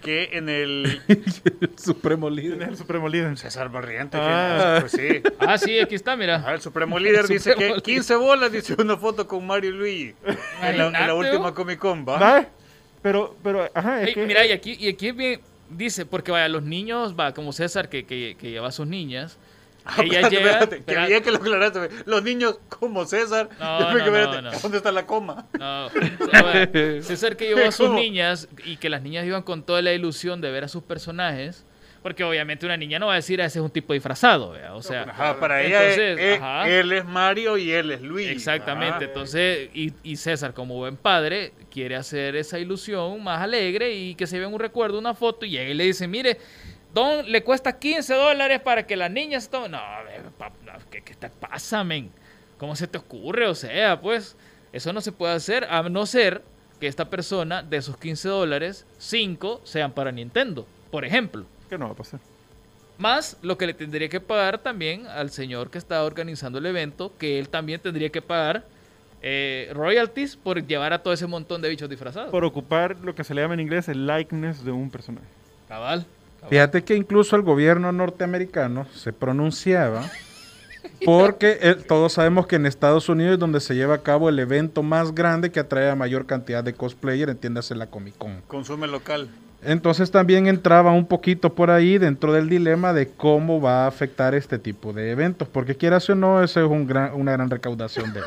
S5: que en el
S3: el supremo
S4: Él es
S3: líder.
S4: el supremo líder.
S5: César Barriente,
S4: Ah.
S5: pues sí.
S2: Ah, sí, aquí está, mira.
S5: Ah, el supremo líder dice
S2: Supremo
S5: que
S2: líder.
S5: 15 bolas, dice una foto con Mario y Luigi en la, en la
S2: Imagínate,
S5: última
S2: vos.
S5: Comic Con, ¿va?
S4: ¿Sabes? Pero, pero, ajá, es
S2: Ey,
S4: que...
S2: mira, y aquí, y aquí es bien- dice, porque vaya, los niños, va, como César, que, que, que lleva a sus niñas,
S5: Ah,
S2: ella
S5: espérate,
S2: llega...
S5: espérate, que
S2: espera-
S5: bien que lo aclaraste. Los niños como César.
S2: No,
S5: yo me
S2: no,
S5: quedé,
S2: no,
S5: espérate,
S2: no.
S5: ¿Dónde está la coma?
S2: No, o sea, vaya, César que llevó a sus
S5: ¿Cómo?
S2: niñas y que las niñas iban con toda la ilusión de ver a sus personajes, porque obviamente una niña no va a decir, "Ah, ese es un tipo disfrazado, ¿vea?", o sea...
S5: pues, Ajá, para ella es-
S2: Entonces,
S5: es-
S2: ajá.
S5: él es Mario y él es Luigi. Ah,
S2: Exactamente,
S5: Ajá.
S2: entonces, y, y César como buen padre quiere hacer esa ilusión más alegre y que se vea un recuerdo, una foto, y llega y le dice, mire, Don, le cuesta 15 dólares para que las niñas se tomen-". No, a ver, pa- no, ¿qué, qué te pasa, men? ¿Cómo se te ocurre? O sea, pues, eso no se puede hacer a no ser que esta persona, de esos 15 dólares, 5 sean para Nintendo, por ejemplo.
S4: Que no va a pasar.
S2: Más lo que le tendría que pagar también al señor que está organizando el evento, que él también tendría que pagar eh, royalties por llevar a todo ese montón de bichos disfrazados.
S4: Por ocupar lo que se le llama en inglés el likeness de un personaje.
S2: Cabal. cabal.
S3: Fíjate que incluso el gobierno norteamericano se pronunciaba porque eh, todos sabemos que en Estados Unidos es donde se lleva a cabo el evento más grande que atrae a mayor cantidad de cosplayer, entiéndase la Comic Con.
S5: Consume local.
S3: Entonces también entraba un poquito por ahí dentro del dilema de cómo va a afectar este tipo de eventos, porque quieras o no, eso es un gran- una gran recaudación de,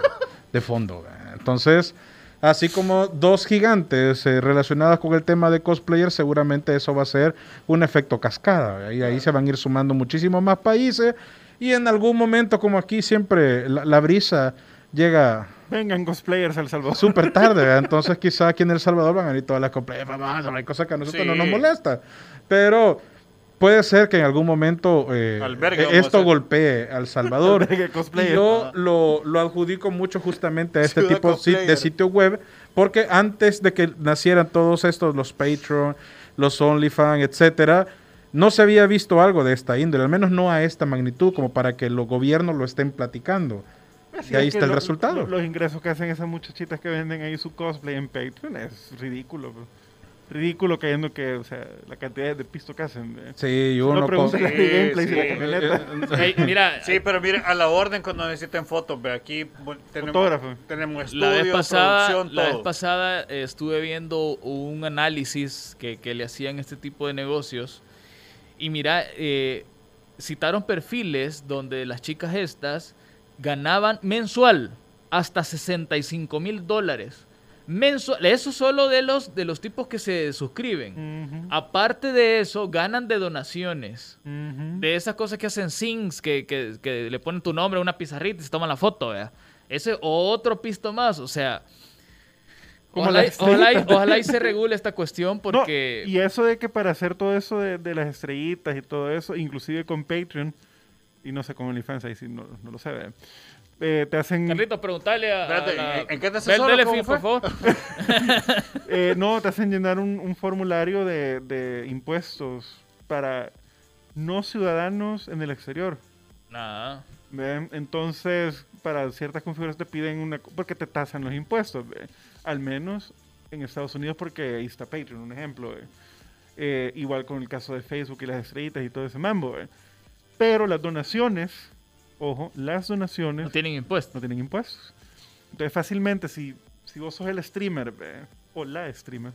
S3: de fondo. ¿verdad? Entonces, así como dos gigantes eh, relacionados con el tema de cosplayer, seguramente eso va a ser un efecto cascada, ¿verdad? y ahí se van a ir sumando muchísimos más países, y en algún momento, como aquí siempre, la- la brisa llega
S4: Vengan cosplayers al Salvador.
S3: súper tarde, ¿verdad? Entonces quizá aquí en El Salvador van a venir todas las compras, hay cosas que a nosotros
S5: Sí.
S3: no nos molesta. Pero puede ser que en algún momento eh,
S5: Albergue,
S3: eh,
S5: vamos a
S3: esto
S5: hacer.
S3: golpee al Salvador.
S4: Albergue
S3: Y
S4: cosplayer.
S3: yo lo, lo adjudico mucho justamente a este
S5: Ciudad
S3: tipo si- de
S5: cosplayer.
S3: sitio web, porque antes de que nacieran todos estos, los Patreon, los OnlyFans, etcétera, no se había visto algo de esta índole, al menos no a esta magnitud, como para que los gobiernos lo estén platicando.
S4: Así
S3: y ahí
S4: es que
S3: está el
S4: lo-
S3: resultado.
S4: lo- los ingresos que hacen esas muchachitas que venden ahí su cosplay en Patreon es ridículo. bro. Ridículo cayendo que, o sea, la cantidad de pisto que hacen. eh.
S3: Sí, y uno
S4: No
S3: con-
S4: pregunten a
S5: Sí,
S4: Gameplay Gameplays y
S5: sí. Eh,
S4: la camioneta.
S2: Ey, mira,
S5: Sí, pero mire, a la orden cuando necesiten fotos, ve aquí bueno, tenemos,
S4: Fotógrafo.
S5: tenemos estudio,
S2: la vez pasada,
S5: producción,
S2: la vez
S5: todo.
S2: pasada eh, estuve viendo un análisis que, que le hacían este tipo de negocios y mira, eh, citaron perfiles donde las chicas estas ganaban mensual hasta 65 mil dólares. Mensual, eso solo de los, de los tipos que se
S5: eh,
S2: suscriben.
S4: Ujú,
S5: Ah,
S2: Aparte de eso, ganan de donaciones.
S4: ujú.
S2: De esas cosas que hacen sings, que, que- que le ponen tu nombre a una pizarrita y se toman la foto, ¿verdad? Ese es otro pisto más, o sea.
S4: Como
S2: Ojalá, y-
S4: las
S2: ojalá, y-
S4: estrellitas.
S2: ojalá y se regule esta cuestión
S4: No,
S2: porque.
S4: y eso de que para hacer todo eso de, de las estrellitas y todo eso, inclusive con Patreon, y no sé con OnlyFans, ahí sí no, no lo sé. ¿verdad? Eh, te hacen
S2: Carlitos, preguntale a.
S5: Espérate,
S2: a la-
S5: ¿en- en qué te
S2: Ve el
S5: asesoras?
S2: Telefilm,
S5: ¿Cómo
S2: por favor.
S4: Eh, no, te hacen llenar un, un formulario de, de impuestos para no ciudadanos en el exterior.
S2: Nada.
S4: ¿ve? Entonces, para ciertas configuraciones te piden una... co- porque te tasan los impuestos, ¿ve? al menos en Estados Unidos porque ahí está Patreon, un ejemplo. ¿ve? Eh, igual con el caso de Facebook y las estrellitas y todo ese mambo. ¿ve? Pero las donaciones, ojo, las donaciones
S2: No tienen impuestos.
S4: no tienen impuestos. Entonces, fácilmente, si, si vos sos el streamer ve, o la streamer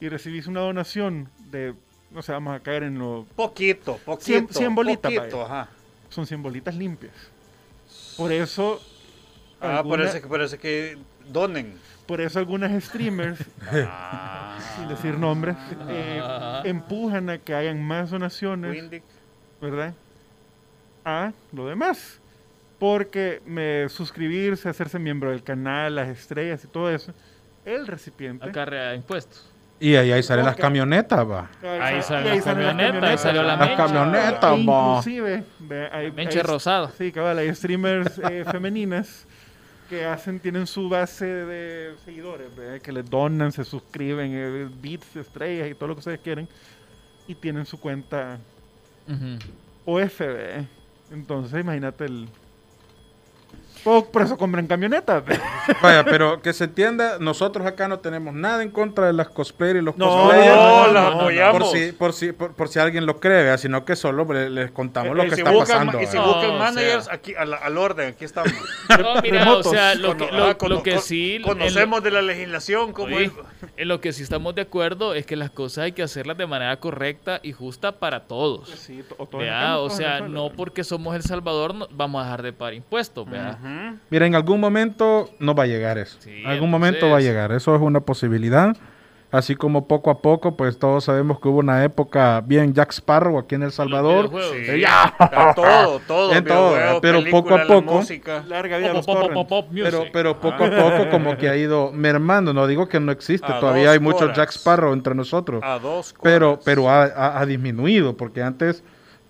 S4: y recibís una donación de, no sé, vamos a caer en lo.
S5: Poquito, poquito.
S4: Cien- cien bolitas,
S5: poquito,
S4: vaya.
S5: ajá.
S4: Son 100 bolitas limpias. Por eso,
S5: Ah, por
S4: alguna-
S5: eso, por eso es que donen.
S4: por eso algunas streamers, sin decir nombres, eh,
S2: Ah.
S4: empujan a que hagan más donaciones
S5: Windic.
S4: ¿verdad? A lo demás. Porque me, suscribirse, hacerse miembro del canal, las estrellas y todo eso, el recipiente.
S2: Acarrea impuestos.
S3: Y ahí, ahí salen las
S4: Ok.
S3: camionetas, va.
S2: Ahí
S4: sa-
S2: salió
S4: y ahí
S2: la
S4: salen las
S2: camioneta, ahí salió la
S3: Las
S4: camionetas.
S2: mencha.
S3: camionetas, va.
S4: Inclusive, ve, hay,
S2: Menche
S4: hay-
S2: rosada.
S4: Sí, cabal, hay streamers eh, femeninas que hacen, tienen su base de seguidores, ¿verdad? que les donan, se suscriben, eh, bits, estrellas y todo lo que ustedes quieren, y tienen su cuenta
S2: Ujú.
S4: OFB. eh. Entonces, imagínate el. Po- Por eso compran camionetas. ve.
S3: Vaya, pero que se entienda, nosotros acá no tenemos nada en contra de las cosplayers y los
S4: No,
S3: cosplayers.
S5: No,
S4: no,
S5: las
S4: no, no,
S3: por
S5: apoyamos.
S3: si, por, si, por, por si alguien lo cree, ¿verdad? sino que solo pues, le- les contamos lo
S5: Y
S3: que
S5: Eh, si
S3: está
S5: buscan-
S3: pasando.
S5: Y si
S3: ¿verdad?
S2: No,
S5: buscan
S2: o
S5: managers,
S2: sea.
S5: aquí, al, al orden, aquí estamos.
S2: No, mira, o
S4: Remotos.
S2: sea, lo que,
S5: Cono-
S2: lo-
S5: ah, cono-
S2: lo que
S5: con-
S2: sí. en lo-
S5: Conocemos de la legislación, como
S2: Oye, en lo que sí estamos de acuerdo es que las cosas hay que hacerlas de manera correcta y justa para todos.
S4: Sí, to- todo en la
S2: ¿Vea?
S4: cama,
S2: O
S4: todo en el
S2: sea,
S4: suelo,
S2: no
S4: ve.
S2: porque somos El Salvador no- vamos a dejar de pagar impuestos. ¿vea?
S3: Mira, en algún momento no va a llegar eso.
S2: Sí,
S3: En algún momento va a
S2: entonces-
S3: llegar. Eso es una posibilidad. Así como poco a poco, pues todos sabemos que hubo una época bien Jack Sparrow aquí en El Salvador.
S2: videojuegos. Sí.
S5: está todo, todo.
S3: En todo,
S5: videojuegos,
S3: pero
S5: películas,
S3: poco a
S5: la
S3: poco-
S5: música.
S4: Larga vida a
S2: Pop,
S4: los
S2: pop, pop,
S4: torrents.
S2: pop, pop, music.
S3: Pero, pero poco a poco como que ha ido mermando. No digo que no existe,
S5: Ah. A
S3: todavía
S5: dos
S3: hay muchos
S5: horas.
S3: Jack Sparrow entre nosotros.
S5: A dos
S3: pero
S5: cuadras.
S3: pero ha, ha- ha disminuido porque antes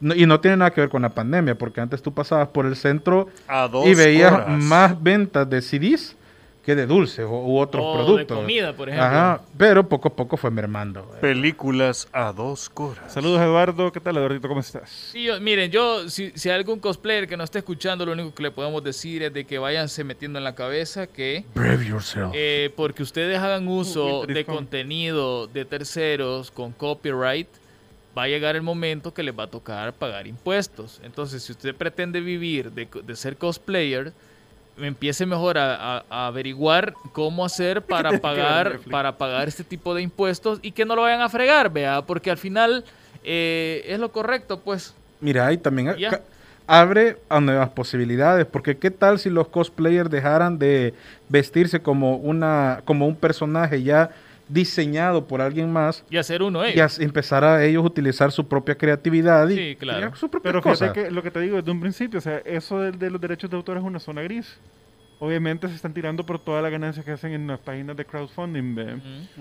S3: no- y no tiene nada que ver con la pandemia porque antes tú pasabas por el centro
S5: A dos
S3: y veías
S5: cuadras.
S3: más ventas de CDs que de dulces o- u otros
S2: O de
S3: productos
S2: comida, por ejemplo.
S3: pero poco a poco fue mermando eh.
S5: Películas a dos coras.
S4: Saludos, Eduardo. ¿Qué tal, Eduardito? ¿Cómo estás?
S2: Sí, yo- miren, yo, si, si hay algún cosplayer que no esté escuchando, lo único que le podemos decir es de que váyanse metiendo en la cabeza que
S3: brave yourself
S2: eh, porque ustedes hagan uso
S4: bien
S2: de
S4: tristón.
S2: contenido de terceros con copyright, va a llegar el momento que les va a tocar pagar impuestos. Entonces, si usted pretende vivir de, co- de ser cosplayer, empiece mejor a, a- a averiguar cómo hacer para pagar,
S4: Netflix.
S2: para pagar este tipo de impuestos y que no lo vayan a fregar, vea, porque al final eh, es lo correcto, pues.
S3: mira ahí también
S2: Ya.
S3: ca- abre a nuevas posibilidades porque qué tal si los cosplayers dejaran de vestirse como una como un personaje ya diseñado por alguien más
S2: Y hacer uno, eh.
S3: y as- empezar a ellos utilizar su propia creatividad y
S2: Sí, claro.
S3: crear su propia
S4: Pero fíjate
S3: cosa.
S4: que lo que te digo desde un principio, o sea, eso del- de, los derechos de autor es una zona gris. Obviamente se están tirando por toda la ganancia que hacen en las páginas de crowdfunding. ve.
S2: Ujú.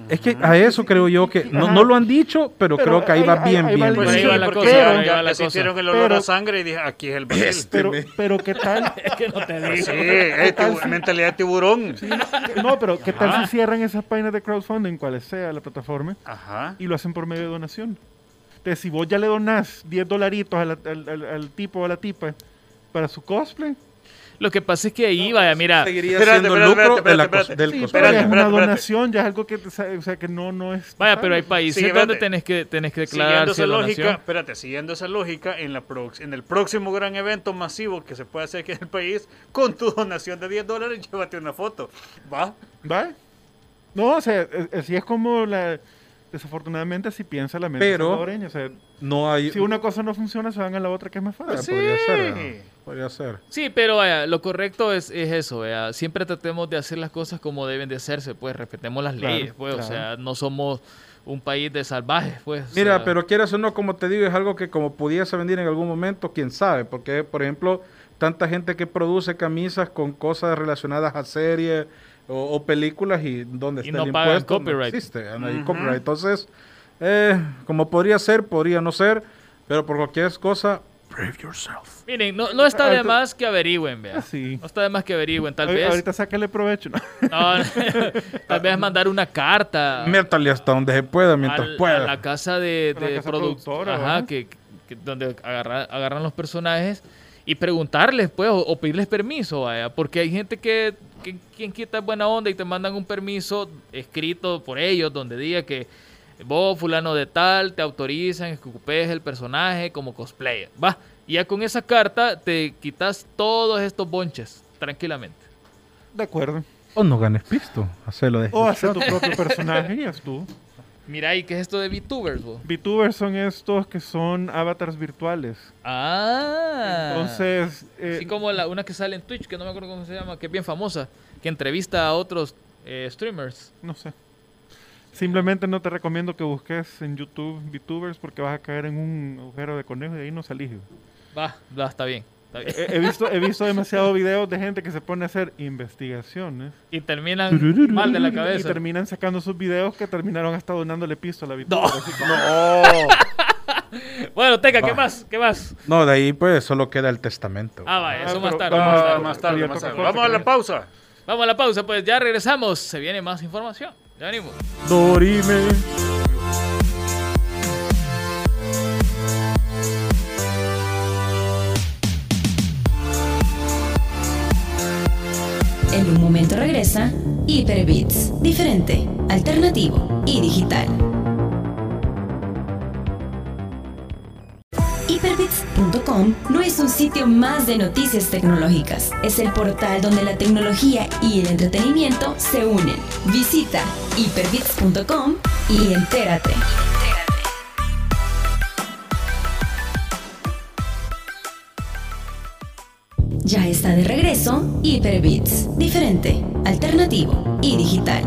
S3: Es que a eso creo yo que no,
S4: Ajá.
S3: no lo han dicho, pero,
S4: Pero
S3: creo que ahí
S4: ahí-
S3: va
S4: ahí-
S3: bien
S4: ahí va
S3: bien.
S4: el-
S5: Pues
S2: Por ahí
S5: sí,
S2: va la
S5: porque
S2: cosa,
S5: ya-
S2: por ahí
S5: ya,
S2: va la
S5: ya
S2: cosa.
S5: sintieron el olor a
S4: Pero-
S5: sangre y dije, aquí es el barril.
S3: Este,
S4: Pero, pero ¿qué tal?
S2: Que no te digo.
S5: Sí, eh, tibu- mentalidad de tiburón.
S4: No, pero ¿qué tal si cierran esas páginas de crowdfunding, cuales sea la plataforma,
S5: Ajá.
S4: y lo hacen por medio de donación. Entonces, si vos ya le donás 10 dolaritos a la- al, al- al tipo o a la tipa para su cosplay,
S2: Lo que pasa es que ahí, vaya, mira.
S3: Seguiría
S5: Espérate,
S3: siendo
S5: espérate,
S3: lucro
S5: espérate,
S3: de la
S5: espérate,
S3: cos- del
S4: sí,
S3: cos-
S4: pero
S5: espérate,
S4: es una
S5: espérate.
S4: donación, ya es algo que, o sea, o sea, que no, no es...
S2: Vaya, pero hay
S4: ¿sabes?
S2: países
S5: Sí,
S2: donde
S5: espérate.
S2: tenés que, tenés que declarar
S5: Siguiendo esa
S2: cierta
S5: lógica,
S2: nación.
S5: espérate, siguiendo esa lógica, en, la prox- en el próximo gran evento masivo que se puede hacer aquí en el país, con tu donación de 10 dólares, llévate una foto. ¿Va?
S4: ¿Va? No, o sea, eh, así es como la... Desafortunadamente así piensa la mente
S3: Pero-
S4: salvadoreña, o sea,
S3: No hay.
S4: si una cosa no funciona, se van a la otra que es más fácil.
S3: Ah, Podría ser. ¿no? Podría ser.
S2: Sí, pero vaya, lo correcto es, es eso, vea, siempre tratemos de hacer las cosas como deben de hacerse, pues respetemos las
S4: Claro,
S2: leyes, pues, o
S4: claro.
S2: sea, no somos un país de salvajes, pues. o
S3: Mira,
S2: sea,
S3: pero quieras o no, como te digo, es algo que como pudiese venir en algún momento, quién sabe, porque por ejemplo, tanta gente que produce camisas con cosas relacionadas a series o, o películas y donde
S2: Y
S3: está
S2: no
S3: el
S2: pagan
S3: impuesto,
S2: copyright.
S3: no existe, no hay
S5: Ujú.
S3: copyright. Entonces, eh, como podría ser, podría no ser, pero por cualquier cosa, brave yourself.
S2: Miren, no, no está
S4: Ah,
S2: de
S4: tú-
S2: más que averigüen, vea.
S4: Ah, sí.
S2: No está de más que averigüen, tal
S4: Ahor-
S2: vez.
S4: Ahorita sácale provecho. ¿no?
S2: no, tal vez mandar una carta.
S3: Métale hasta donde se pueda, mientras
S2: Ah, al-
S3: pueda.
S2: a la casa de,
S4: A la
S2: de
S4: casa
S2: produc-
S4: productora,
S2: ajá,
S4: ¿verdad?
S2: que, que- donde agarra- agarran los personajes y preguntarles, pues, o, o pedirles permiso, vaya, porque hay gente que, que quien quita es buena onda y te mandan un permiso escrito por ellos donde diga que vos, fulano de tal, te autorizan que ocupes el personaje como cosplayer, va. Y ya con esa carta te quitas todos estos bonches tranquilamente.
S4: De acuerdo.
S3: O no ganes pisto, hacelo de
S4: O hacer tu propio personaje y haz tú.
S2: Mira, ¿y qué es esto de VTubers, vos?
S4: VTubers son estos que son avatars virtuales.
S2: Ah.
S4: Entonces, eh,
S2: Así como la, una que sale en Twitch, que no me acuerdo cómo se llama, que es bien famosa, que entrevista a otros eh, streamers.
S4: no sé. Simplemente no te recomiendo que busques en YouTube VTubers porque vas a caer en un agujero de conejo y de ahí no salís. güey.
S2: Va, Eh, va, está bien. Está bien.
S4: He, he visto, he visto demasiados videos de gente que se pone a hacer investigaciones
S2: Y terminan mal de la
S4: y
S2: cabeza.
S4: terminan sacando sus videos que terminaron hasta donándole pisto a la VTuber. así como-
S3: No.
S2: Bueno, Teca, ¿qué
S3: Ah.
S2: más? ¿Qué más?
S3: No, de ahí pues solo queda el testamento.
S2: Ah, vaya, eso
S4: Ah,
S2: más
S4: pero-
S2: tarde.
S4: ah,
S2: más tarde.
S5: Más tarde,
S4: Había
S5: más tarde.
S4: Coca-Cola,
S5: Vamos a la
S4: creo.
S5: pausa.
S2: Vamos a la pausa, pues ya regresamos. Se viene más información. Ya venimos.
S3: Dorime.
S1: En un momento regresa Hyperbits, diferente, alternativo y digital. Hyperbits.com no es un sitio más de noticias tecnológicas, es el portal donde la tecnología y el entretenimiento se unen. Visita hyperbits.com y entérate. Ya está de regreso Hyperbits, diferente, alternativo y digital.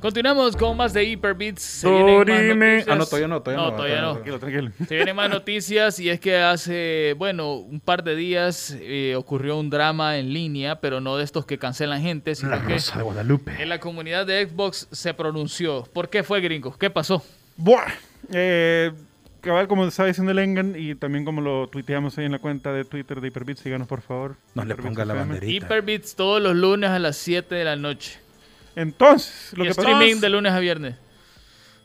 S2: Continuamos con más de Hyperbeats. Se vienen más
S3: Dorime.
S2: noticias.
S3: Ah, no, todavía no, todavía no,
S2: todavía
S3: todavía
S2: no.
S4: Tranquilo, tranquilo.
S2: Se vienen más noticias y es que hace, bueno, un par de días eh, ocurrió un drama en línea, pero no de estos que cancelan gente, sino
S3: La
S2: que
S3: Rosa de Guadalupe.
S2: en la comunidad de Xbox se pronunció. ¿Por qué fue, gringos? ¿Qué pasó?
S4: Buah. Eh, cabal, como estaba diciendo el Engan y también como lo tuiteamos ahí en la cuenta de Twitter de Hyperbit, síganos por favor.
S3: No le
S4: Hyperbits
S3: ponga la
S4: FM.
S3: banderita.
S2: Hyperbeats todos los lunes a las 7 de la noche.
S4: Entonces, lo
S2: Y
S4: que
S2: streaming
S4: pasó-
S2: de lunes a viernes.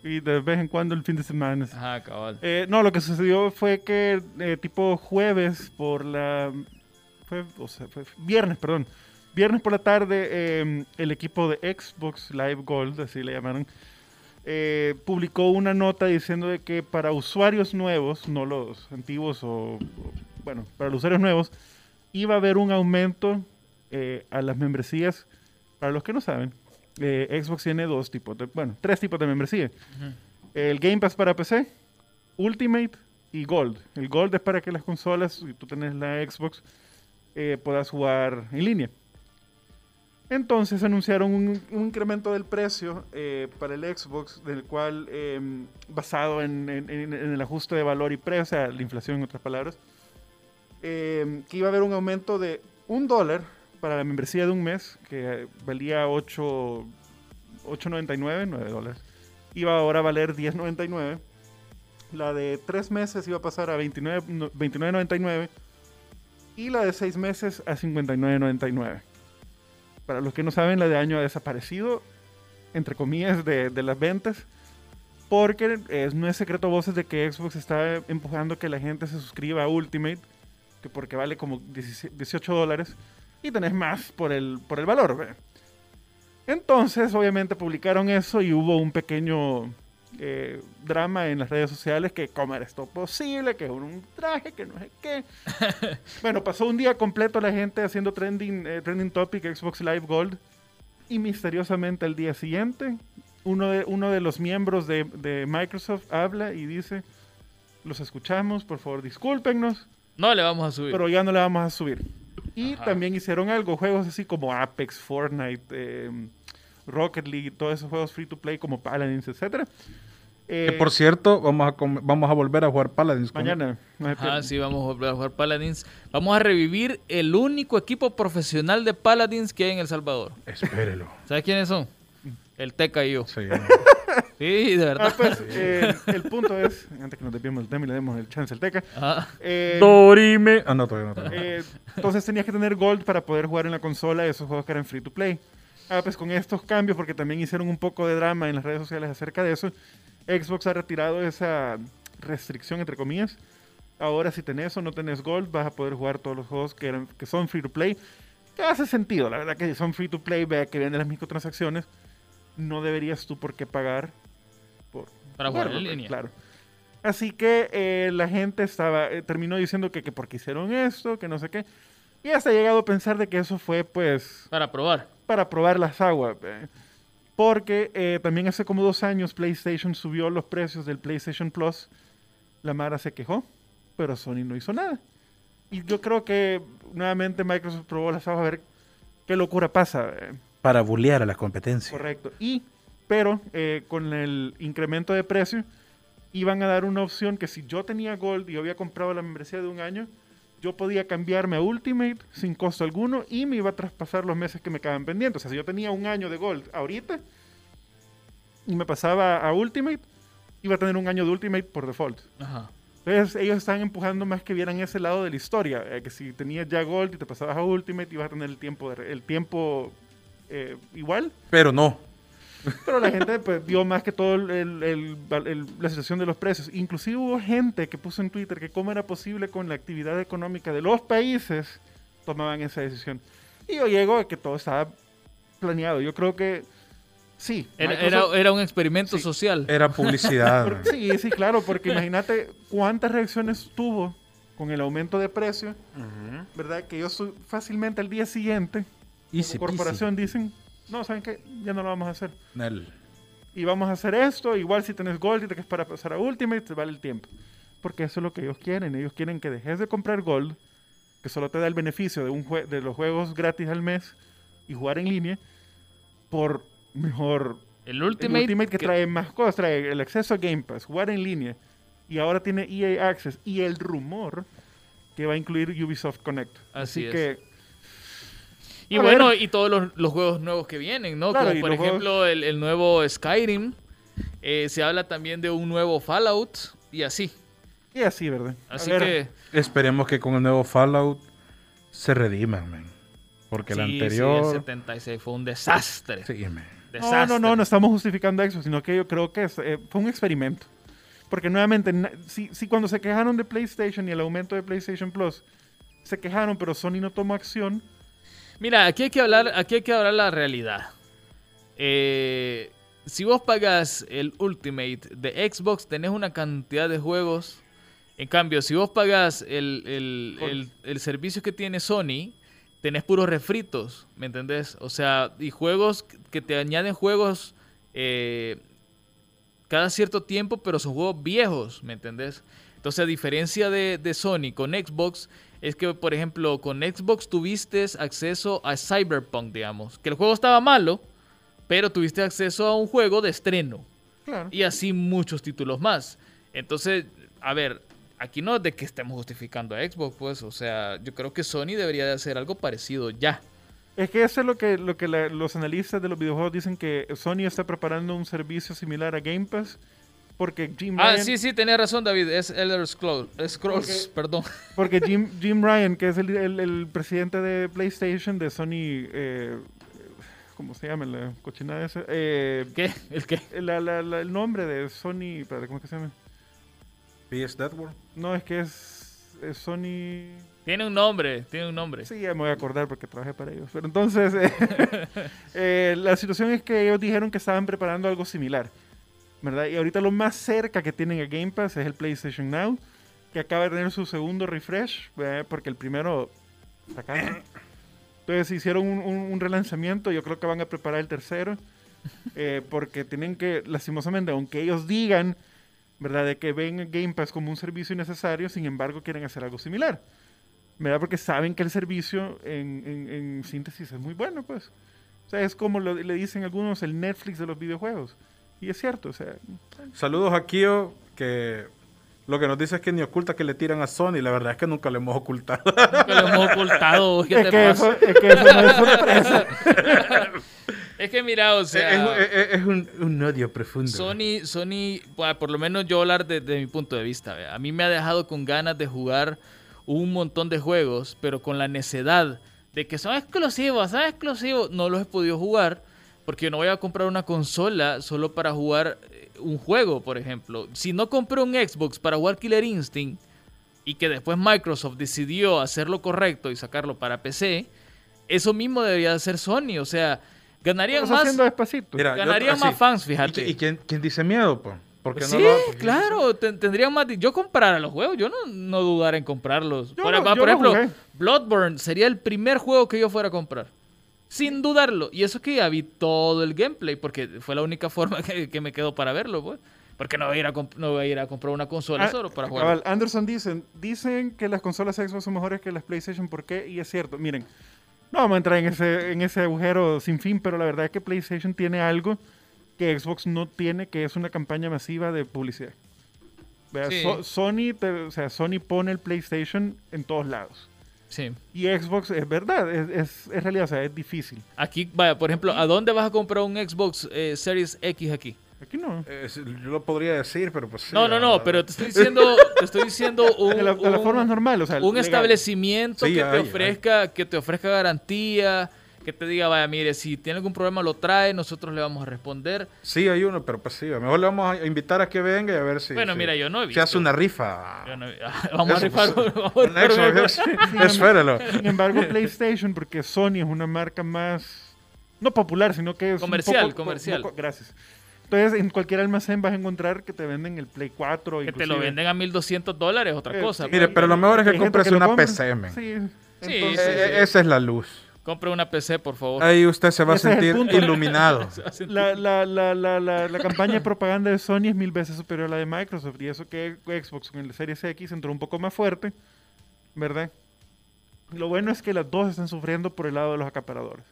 S4: Y de vez en cuando el fin de semana.
S2: Ajá, cabal.
S4: Eh, no, lo que sucedió fue que eh, tipo jueves por la... Fue, o sea, fue viernes, perdón. Viernes por la tarde, eh, el equipo de Xbox Live Gold, así le llamaron, eh, publicó una nota diciendo de que para usuarios nuevos, no los antiguos o, o- Bueno, para los usuarios nuevos, iba a haber un aumento eh, a las membresías. Para los que no saben, eh, Xbox tiene dos tipos, de, bueno, tres tipos de membresía. El Game Pass para PC, Ultimate y Gold. El Gold es para que las consolas, si tú tenés la Xbox, eh, puedas jugar en línea. Entonces anunciaron un, un incremento del precio eh, para el Xbox, del cual, eh, basado en, en- en- en el ajuste de valor y precio, o sea, la inflación en otras palabras, eh, que iba a haber un aumento de un dólar para la membresía de un mes, que eh, valía 8, 8.99, 9 dólares. Iba ahora a valer 10.99. La de 3 meses iba a pasar a 29 no- 29.99 y la de 6 meses a 59.99. Para los que no saben, la de año ha desaparecido, entre comillas, de, de las ventas. Porque eh, no es secreto a voces de que Xbox está empujando que la gente se suscriba a Ultimate, que porque vale como 17 18 dólares y tenés más por el, por el valor. ¿ve? Entonces, obviamente, publicaron eso y hubo un pequeño eh, drama en las redes sociales que cómo era esto posible, que un, un traje, que no sé qué. bueno, pasó un día completo la gente haciendo trending, eh, trending topic Xbox Live Gold y misteriosamente al día siguiente uno de, uno de los miembros de, de Microsoft habla y dice, los escuchamos, por favor discúlpennos,
S2: No le vamos a subir.
S4: pero ya no la vamos a subir. Y
S2: Ajá.
S4: también hicieron algo, juegos así como Apex, Fortnite, eh, Rocket League, todos esos juegos free to play como Paladins, Eh, etc.
S3: Que por cierto, vamos a, com- vamos a volver a jugar Paladins. con-
S4: Mañana. no se
S2: Ajá,
S4: pierdan.
S2: sí, vamos a volver a jugar Paladins. Vamos a revivir el único equipo profesional de Paladins que hay en El Salvador.
S3: Espérelo.
S2: ¿Sabes quiénes son? El Teca y yo.
S3: Sí.
S2: Sí, de
S4: Ah,
S2: verdad.
S4: pues, eh, el punto es, antes que nos desviemos del tema y le demos el chance al Teca.
S2: Ajá.
S4: eh,
S3: Dorime. Ah, no, todavía no. todavía no.
S4: eh, entonces tenías que tener Gold para poder jugar en la consola esos juegos que eran free to play. Ah, pues con estos cambios, porque también hicieron un poco de drama en las redes sociales acerca de eso, Xbox ha retirado esa restricción, entre comillas. Ahora si tenés o no tenés Gold, vas a poder jugar todos los juegos que, eran, que son free to play. Que hace sentido, la verdad que si son free to play, vea que vienen las microtransacciones, no deberías tú por qué pagar por
S2: Para jugar en
S4: jugarlo,
S2: línea.
S4: pues, Claro. Así que eh, la gente estaba eh, terminó diciendo que, que porque hicieron esto, que no sé qué. Y hasta he llegado a pensar de que eso fue pues
S2: Para probar.
S4: para probar las aguas. eh. Porque eh, también hace como dos años PlayStation subió los precios del PlayStation Plus. La Mara se quejó, pero Sony no hizo nada. Y yo creo que nuevamente Microsoft probó las aguas a ver qué locura pasa. eh.
S6: Para bullear a la competencia.
S4: Correcto. Y, pero eh, con el incremento de precio, iban a dar una opción que si yo tenía Gold y yo había comprado la membresía de un año, yo podía cambiarme a Ultimate sin costo alguno y me iba a traspasar los meses que me quedaban pendientes. O sea, si yo tenía un año de Gold ahorita y me pasaba a Ultimate, iba a tener un año de Ultimate por default.
S2: Ajá.
S4: Entonces ellos están empujando más que vieran ese lado de la historia, eh, que si tenías ya Gold y te pasabas a Ultimate ibas a tener el tiempo, de re- el tiempo eh, igual,
S6: Pero no.
S4: pero la gente pues, vio más que todo el- el- el- el- la situación de los precios. Inclusive hubo gente que puso en Twitter que cómo era posible con la actividad económica de los países tomaban esa decisión. Y yo llego a que todo estaba planeado. Yo creo que sí.
S2: Era,
S4: Microsoft-
S2: era- era un experimento
S4: Sí. Eh,
S2: social.
S3: Era publicidad.
S4: Por- sí, sí, claro, porque imagínate cuántas reacciones tuvo con el aumento de precio, ¿verdad? Que yo su- fácilmente al día siguiente,
S6: Easy
S4: la corporación dicen, no, ¿saben qué? Ya no lo vamos a hacer.
S6: peasy. Nel.
S4: Y vamos a hacer esto, igual si tenés Gold y te que es para pasar a Ultimate, te vale el tiempo. Porque eso es lo que ellos quieren, ellos quieren que dejes de comprar Gold, que solo te da el beneficio de, un jue- de los juegos gratis al mes y jugar en línea, por mejor
S2: El
S4: el
S2: Ultimate,
S4: Ultimate, que, trae más cosas, trae el acceso a Game Pass, jugar en línea. Y ahora tiene EA Access y el rumor que va a incluir Ubisoft Connect.
S2: Así
S4: Así,
S2: es.
S4: que
S2: Y
S4: A
S2: bueno,
S4: ver.
S2: y todos los, los juegos nuevos que vienen, ¿no?
S4: Claro,
S2: Como
S4: y
S2: por
S4: los juegos-
S2: ejemplo el, el nuevo Skyrim. Eh, se habla también de un nuevo Fallout y así.
S4: y así, ¿verdad? A
S2: Así
S4: ver,
S2: que
S3: Esperemos que con el nuevo Fallout se rediman, men. Porque el
S2: sí, sí,
S3: anterior.
S2: el 76 fue un desastre.
S3: Sí, men.
S4: No,
S2: Desastre.
S4: no, no, no estamos justificando eso, sino que yo creo que es, eh, fue un experimento. Porque nuevamente, na- si, si cuando se quejaron de PlayStation y el aumento de PlayStation Plus, se quejaron, pero Sony no tomó acción.
S2: Mira, aquí hay que hablar, aquí hay que hablar la realidad. Eh, si vos pagas el Ultimate de Xbox, tenés una cantidad de juegos. En cambio, si vos pagas el, el- el- el servicio que tiene Sony, tenés puros refritos, ¿me entendés? O sea, y juegos que te añaden juegos eh, cada cierto tiempo, pero son juegos viejos, ¿me entendés? Entonces, a diferencia de, de Sony con Xbox, es que, por ejemplo, con Xbox tuviste acceso a Cyberpunk, digamos. Que el juego estaba malo, pero tuviste acceso a un juego de estreno.
S4: Claro.
S2: Y así muchos títulos más. Entonces, a ver, aquí no es de que estemos justificando a Xbox, pues. O sea, yo creo que Sony debería de hacer algo parecido ya.
S4: Es que eso es lo que, lo que la- los analistas de los videojuegos dicen que Sony está preparando un servicio similar a Game Pass porque Jim
S2: Ah,
S4: Ryan,
S2: sí, sí, tenés razón, David. Es Elder Scrolls, Scrolls perdón.
S4: porque Jim, Jim Ryan, que es el, el- el presidente de PlayStation, de Sony, eh, ¿cómo se llama la cochinada esa? Eh,
S2: ¿Qué? ¿El qué?
S4: la- la- la- el nombre de Sony, espérate, ¿cómo es que se llama?
S6: PS Network.
S4: No, es que es, es Sony...
S2: Tiene un nombre, tiene un nombre.
S4: Sí, ya me voy a acordar porque trabajé para ellos. Pero entonces, eh, eh, la situación es que ellos dijeron que estaban preparando algo similar, ¿verdad? Y ahorita lo más cerca que tienen a Game Pass es el PlayStation Now, que acaba de tener su segundo refresh, ¿verdad? porque el primero sacaron. Entonces hicieron un, un- un relanzamiento, yo creo que van a preparar el tercero, eh, porque tienen que, lastimosamente, aunque ellos digan, ¿verdad?, de que ven Game Pass como un servicio necesario, sin embargo quieren hacer algo similar. ¿verdad? Porque saben que el servicio en, en- en síntesis es muy bueno, pues. O sea, es como lo- le dicen algunos el Netflix de los videojuegos. Y es cierto, o sea,
S6: Saludos a Kio, que lo que nos dice es que ni oculta que le tiran a Sony. La verdad es que nunca le hemos ocultado.
S2: Nunca lo hemos ocultado. ¿Qué
S4: es
S2: te
S4: que,
S2: pasa?
S4: eso, es que eso no es sorpresa.
S2: Es que mira, o sea,
S6: es, es- es un, un odio profundo.
S2: Sony, Sony, bueno, por lo menos yo hablar desde mi punto de vista, vea, a mí me ha dejado con ganas de jugar un montón de juegos, pero con la necedad de que son exclusivos, son exclusivos, no los he podido jugar porque yo no voy a comprar una consola solo para jugar eh, un juego, por ejemplo. Si no compré un Xbox para jugar Killer Instinct y que después Microsoft decidió hacer lo correcto y sacarlo para PC, eso mismo debería hacer Sony, o sea, ganarían
S4: Estamos
S2: más
S4: haciendo despacito.
S6: Mira, yo-
S2: ganarían
S6: así.
S2: más fans,
S3: ah, ¿Y,
S2: fíjate.
S3: qui- y quién, quién dice miedo, po? ¿Por qué
S2: sí,
S3: no lo porque-
S2: claro, ten- tendrían más. di- Yo comprara los juegos, yo no, no dudara en comprarlos.
S4: Yo
S2: por
S4: lo-
S2: por
S4: yo lo
S2: ejemplo,
S4: jugué.
S2: Bloodborne sería el primer juego que yo fuera a comprar. sin dudarlo. Y eso que ya vi todo el gameplay, porque fue la única forma que, que me quedó para verlo, pues. Porque no voy a ir a, comp- no voy a, ir a comprar una consola
S4: Ah,
S2: solo para
S4: cabal,
S2: jugar.
S4: Anderson dicen, dicen que las consolas Xbox son mejores que las PlayStation, ¿por qué? Y es cierto, miren, no vamos a entrar en ese, en ese agujero sin fin, pero la verdad es que PlayStation tiene algo que Xbox no tiene, que es una campaña masiva de publicidad. Vea,
S2: Sí.
S4: So- Sony, te- o sea, Sony pone el PlayStation en todos lados.
S2: Sí.
S4: Y Xbox es verdad, es, es, es realidad, o sea, es difícil.
S2: Aquí, vaya, por ejemplo, ¿a dónde vas a comprar un Xbox eh, Series X aquí?
S4: Aquí no.
S3: Eh, sí, yo lo podría decir, pero pues. sí,
S2: No, no,
S3: la
S2: no,
S3: verdad.
S2: pero te estoy diciendo, te estoy diciendo un,
S4: De la, de la
S2: un-
S4: forma normal, o sea,
S2: un
S4: legal.
S2: establecimiento
S3: Sí,
S2: que
S3: hay,
S2: te
S3: hay.
S2: ofrezca, que te ofrezca garantía, que te diga, vaya, mire, si tiene algún problema lo trae, nosotros le vamos a responder.
S3: Sí, hay uno, pero pues sí. A lo mejor le vamos a invitar a que venga y a ver si.
S2: Bueno,
S3: si-
S2: mira, yo no he
S3: Si hace
S2: visto.
S3: una rifa.
S2: Yo no- Ah, vamos a
S3: Eso,
S2: rifar,
S3: pues,
S2: vamos a
S3: un
S2: rifar un
S3: Xbox,
S2: Xbox.
S3: sí. Espéralo.
S4: Sin embargo, PlayStation, porque Sony es una marca más, no popular, sino que es... un
S2: Comercial,
S4: poco-
S2: comercial.
S4: poco- gracias. Entonces, en cualquier almacén vas a encontrar que te venden el Play 4.
S2: Que te lo
S4: inclusive.
S2: venden a 1200 dólares, otra
S4: Eh,
S2: cosa. pues.
S4: sí,
S3: Mire, pero lo mejor es que
S4: hay gente
S3: compres
S4: lo
S3: una
S4: compra.
S3: PC, men.
S4: Sí.
S2: Sí,
S3: Eh,
S4: Entonces,
S3: eh, Esa es la luz.
S2: Compre una PC, por favor.
S3: Ahí usted se va a
S4: Ese es el
S3: sentir
S4: punto.
S3: iluminado.
S4: La, la, la, la, la, la campaña de propaganda de Sony es mil veces superior a la de Microsoft. Y eso que Xbox con el Series X entró un poco más fuerte, ¿verdad? Lo bueno es que las dos están sufriendo por el lado de los acaparadores.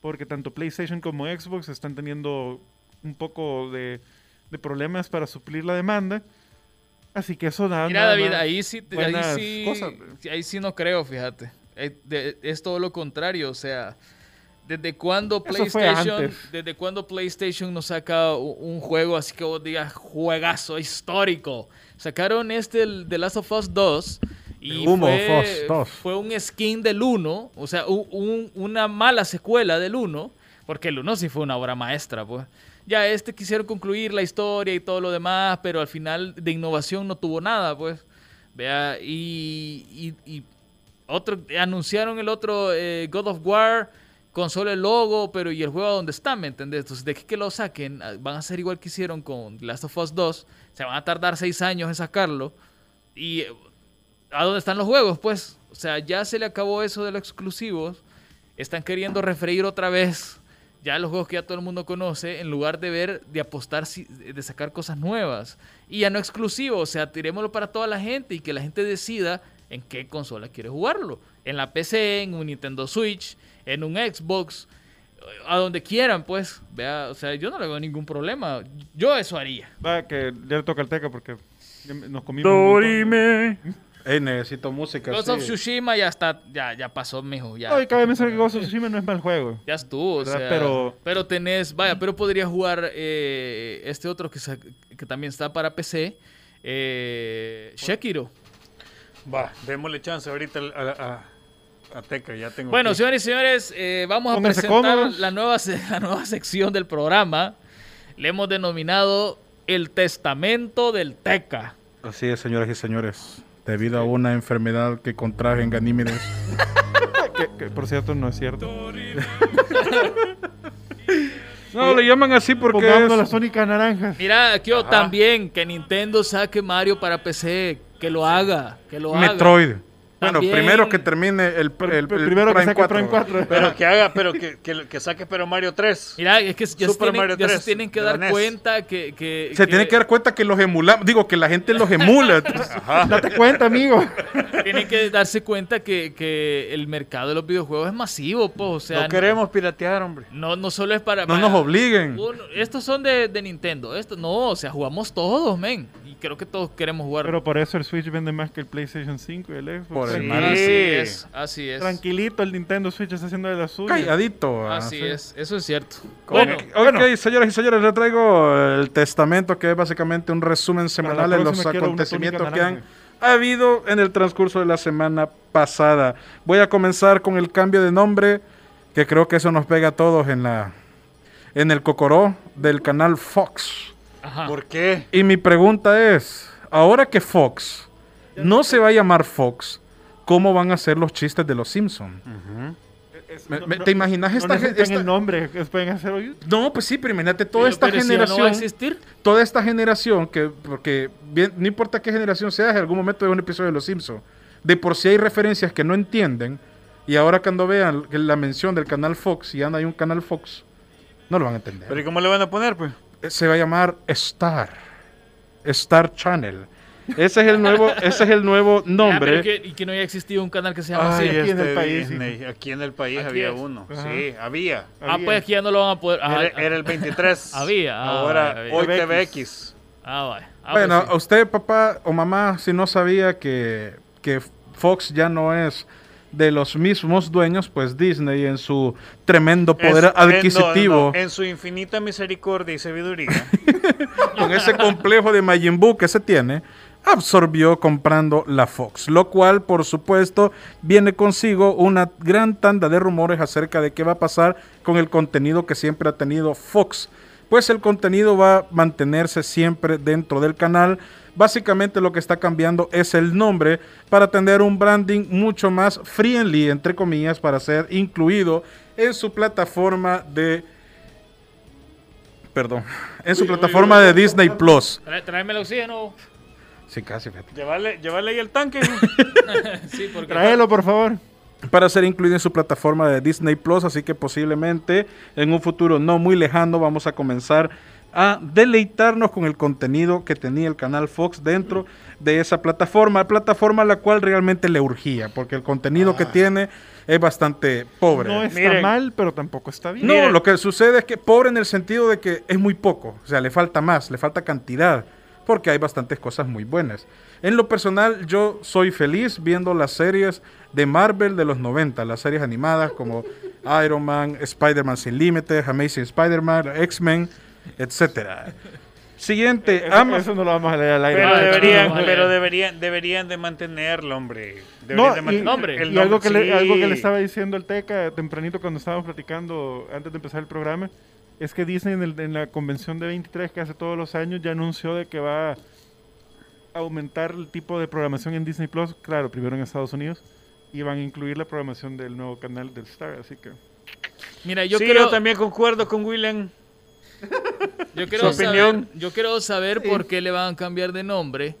S4: Porque tanto PlayStation como Xbox están teniendo un poco de, de problemas para suplir la demanda. Así que eso da.
S2: Mira,
S4: nada
S2: David,
S4: más-
S2: ahí sí, te- ahí
S4: buenas
S2: sí,
S4: cosas.
S2: ahí sí no creo, fíjate. Eh, de- Es todo lo contrario, o sea, desde cuándo
S4: Eso fue
S2: PlayStation,
S4: antes.
S2: desde cuándo PlayStation nos saca u- un juego así que vos digas juegazo histórico. Sacaron este el The Last of Us 2 y
S3: The Humo
S2: fue,
S3: of Us 2.
S2: fue un skin del 1, o sea, u- un- una mala secuela del 1, porque el 1 sí fue una obra maestra, pues. Ya este quisieron concluir la historia y todo lo demás, pero al final de innovación no tuvo nada, pues. Vea, y, y- y otro, anunciaron el otro eh, God of War con solo el logo, pero ¿y el juego a dónde está? ¿Me entendés? Entonces, de aquí que lo saquen, ah, van a hacer igual que hicieron con Last of Us 2. Se van a tardar seis años en sacarlo. ¿Y eh, a dónde están los juegos? Pues, o sea, ya se le acabó eso de los exclusivos. Están queriendo refreír otra vez ya los juegos que ya todo el mundo conoce, en lugar de ver, de apostar, si- de sacar cosas nuevas. Y ya no exclusivo, o sea, tirémoslo para toda la gente y que la gente decida en qué consola quiere jugarlo. En la PC, en un Nintendo Switch, en un Xbox, a donde quieran, pues. Vea, o sea, yo no le veo ningún problema. Yo eso haría.
S4: Va, que ya le toca al Teca porque ya me- nos comimos. un montón.
S3: Dorime. Ey, necesito música.
S2: Ghost
S3: sí.
S2: of Tsushima ya está, ya, ya pasó, mijo. Ya,
S4: No, y cabe mencionar que Ghost of Tsushima no es mal juego.
S2: Ya estuvo, o
S4: ¿Verdad?
S2: sea, pero,
S4: Pero-
S2: tenés, vaya, pero podrías jugar eh, este otro que, sa- que también está para PC, eh, Shekiro.
S5: Va, démosle chance ahorita al- a, a- a Teca, ya tengo.
S2: Bueno,
S5: aquí.
S2: señores y señores, eh, vamos a
S4: Pónganse
S2: presentar
S4: cómodos.
S2: la nueva, se- la nueva sección del programa. Le hemos denominado El Testamento del Teca.
S3: Así es, señoras y señores. Debido a una enfermedad que contraje en Ganímedes.
S4: Que, que, por cierto no es cierto.
S3: No, le llaman así porque
S4: Pongamos
S3: es-
S4: las tónicas naranjas.
S2: Mira, yo también que Nintendo saque Mario para PC, que lo haga, que lo haga.
S3: Metroid. Bueno,
S2: También.
S3: primero que termine el, el, el
S4: primero que saque Prime 4.
S5: Pero que haga, pero que, que, que saque, pero Mario 3.
S2: Mira, es que ya, se
S5: Super
S2: tienen,
S5: Mario
S2: ya se
S5: 3
S2: tienen que
S5: de
S2: dar
S5: la E NES.
S2: cuenta que... que
S3: Se tiene que dar cuenta que los emulamos. Digo, que la gente los emula. Entonces, ajá.
S4: Date cuenta, amigo.
S2: Tienen que darse cuenta que, que el mercado de los videojuegos es masivo, pues. O sea,
S5: no queremos piratear, hombre.
S2: No, no solo es para.
S3: No
S2: para-
S3: nos obliguen.
S2: Uno- estos son de, de Nintendo. Estos, no, o sea, jugamos todos, men. Y creo que todos queremos jugar.
S4: Pero por eso el Switch vende más que el PlayStation 5 y el
S3: Por
S4: Xbox.
S3: el
S4: Tranqui-
S3: mal.
S2: Así es, así es.
S4: Tranquilito, el Nintendo Switch está haciendo de la suya.
S3: Calladito.
S2: Así
S3: así.
S2: es, eso es cierto.
S3: Bueno,
S2: Bueno,
S3: ok, señoras y señores, les traigo el testamento que es básicamente un resumen semanal de los
S4: próxima quiero una
S3: acontecimientos
S4: tónica
S3: que han
S4: naranja.
S3: habido en el transcurso de la semana pasada. Voy a comenzar con el cambio de nombre, que creo que eso nos pega a todos en la en el cocoró del canal Fox.
S2: ajá.
S5: ¿Por qué?
S3: Y mi pregunta es, ahora que Fox no se va a llamar Fox, ¿cómo van a ser los chistes de los Simpsons?
S4: Es-
S3: Me-
S4: no-
S3: me-
S4: no-
S3: ¿Te imaginas
S4: no
S3: esta, gen-
S4: necesitan
S3: esta-
S4: el nombre, que pueden hacer hoy.
S3: No, pues sí, pero imagínate toda
S2: Pero-
S3: esta
S2: pero si ya
S3: generación
S2: no va a existir.
S3: toda esta generación, que porque bien, no importa qué generación seas, en algún momento es un episodio de Los Simpsons. De por sí hay referencias que no entienden. Y ahora cuando vean que la mención del canal Fox, si ya no hay un canal Fox, no lo van a entender. Eh,
S5: Pero ¿y cómo le van a poner, pues?
S3: Se va a llamar Star. Star Channel. Ese es el nuevo, ese es el nuevo
S2: Ah, pero
S3: nombre.
S2: que- y que no haya existido un canal que se llama
S5: Ay,
S2: así.
S4: aquí en
S5: este
S4: el país,
S5: Disney, Aquí en el país
S2: Aquí
S5: había
S2: es.
S5: uno.
S4: Ajá.
S5: Sí, había.
S2: Ah, pues aquí ya no lo van a poder. ajá,
S5: Era, era el 23.
S2: Había, ah,
S5: Ahora,
S2: había.
S5: hoy
S4: TVX.
S5: TVX.
S2: Ah, vaya. Ah, pues
S3: Bueno,
S2: sí.
S3: a usted, papá o mamá, si no sabía que, que Fox ya no es de los mismos dueños, pues Disney en su tremendo poder
S5: Es- en- no,
S3: adquisitivo,
S5: no, en su infinita misericordia y sabiduría.
S3: con ese complejo de Majin Buu que se tiene, absorbió comprando la Fox, lo cual, por supuesto, viene consigo una gran tanda de rumores acerca de qué va a pasar con el contenido que siempre ha tenido Fox. Pues el contenido va a mantenerse siempre dentro del canal. Básicamente lo que está cambiando es el nombre para tener un branding mucho más friendly, entre comillas, para ser incluido en su plataforma de... Perdón, en su plataforma de Disney Plus.
S2: Trae- Tráeme el oxígeno.
S3: Sí, casi, fíjate.
S5: Llévale, llévale ahí el tanque.
S2: Sí, porque.
S4: Tráelo, por favor.
S3: para ser incluido en su plataforma de Disney Plus, así que posiblemente en un futuro no muy lejano vamos a comenzar a deleitarnos con el contenido que tenía el canal Fox dentro de esa plataforma, plataforma a la cual realmente le urgía, porque el contenido que tiene es bastante pobre.
S4: No está
S5: Miren.
S4: mal, pero tampoco está bien.
S3: No,
S5: Miren.
S3: lo que sucede es que pobre en el sentido de que es muy poco, o sea, le falta más, le falta cantidad, porque hay bastantes cosas muy buenas. En lo personal, yo soy feliz viendo las series de Marvel de los 90, las series animadas como Iron Man, Spider-Man sin límites, Amazing Spider-Man, X-Men, etcétera. Siguiente,
S4: Eso,
S3: ama-
S4: Eh, eso no lo vamos a leer al aire.
S5: Pero
S2: Ah,
S5: deberían,
S2: vale.
S5: pero deberían, deberían de mantenerlo, hombre. Deberían
S4: No,
S5: de
S4: y,
S5: mantener
S2: nombre.
S5: el
S4: y algo, que
S5: nombre,
S4: le, algo que le
S5: sí.
S4: estaba diciendo el Teca tempranito cuando estábamos platicando antes de empezar el programa es que Disney en, el- en la convención de 23 que hace todos los años ya anunció de que va a aumentar el tipo de programación en Disney Plus, claro, primero en Estados Unidos, y van a incluir la programación del nuevo canal del Star, así que...
S2: Mira, yo
S5: Yo, sí,
S2: quiero.
S5: yo también concuerdo con William.
S2: Yo quiero,
S5: Su
S2: saber,
S5: opinión.
S2: yo quiero saber por qué le van a cambiar de nombre.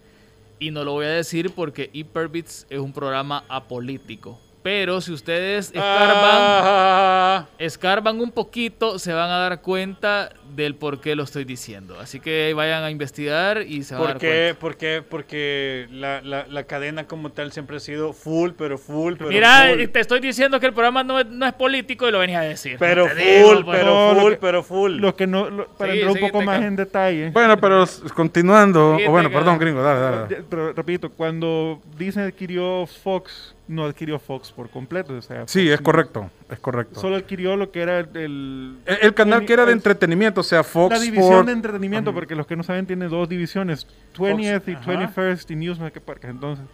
S2: Y no lo voy a decir porque Hyperbits es un programa apolítico. Pero si ustedes escarban,
S5: Ah,
S2: escarban un poquito, se van a dar cuenta del por qué lo estoy diciendo. Así que vayan a investigar y se van a dar
S5: porque,
S2: cuenta.
S5: porque, porque la, la, la cadena como tal siempre ha sido full, pero full, pero
S2: Mira, este-
S5: full.
S2: te estoy diciendo que el programa no es, no es político y lo venís a decir.
S5: Pero
S2: Te
S5: full,
S2: digo, pues.
S5: pero
S4: No, lo
S5: full,
S4: que-
S5: pero full.
S4: Lo que no, lo- para
S2: Sí,
S4: entrar un
S2: sí,
S4: poco
S2: Teca.
S4: más en detalle,
S3: bueno, pero s- continuando,
S2: Sí,
S3: o bueno,
S2: tenga-
S3: perdón, gringo, dale, dale, dale.
S4: Ya, pero repito, cuando Disney adquirió Fox, no adquirió Fox por completo, o sea...
S3: Sí,
S4: Fox
S3: es correcto, es correcto. E,
S4: Solo adquirió lo que era el...
S3: el, el canal que era de
S4: el-
S3: entretenimiento, o sea, Fox
S4: la división
S3: Sport-
S4: de entretenimiento, porque los que no saben tiene dos divisiones, 20th y
S5: ajá.
S4: 21st y Newsmax, que parques, entonces.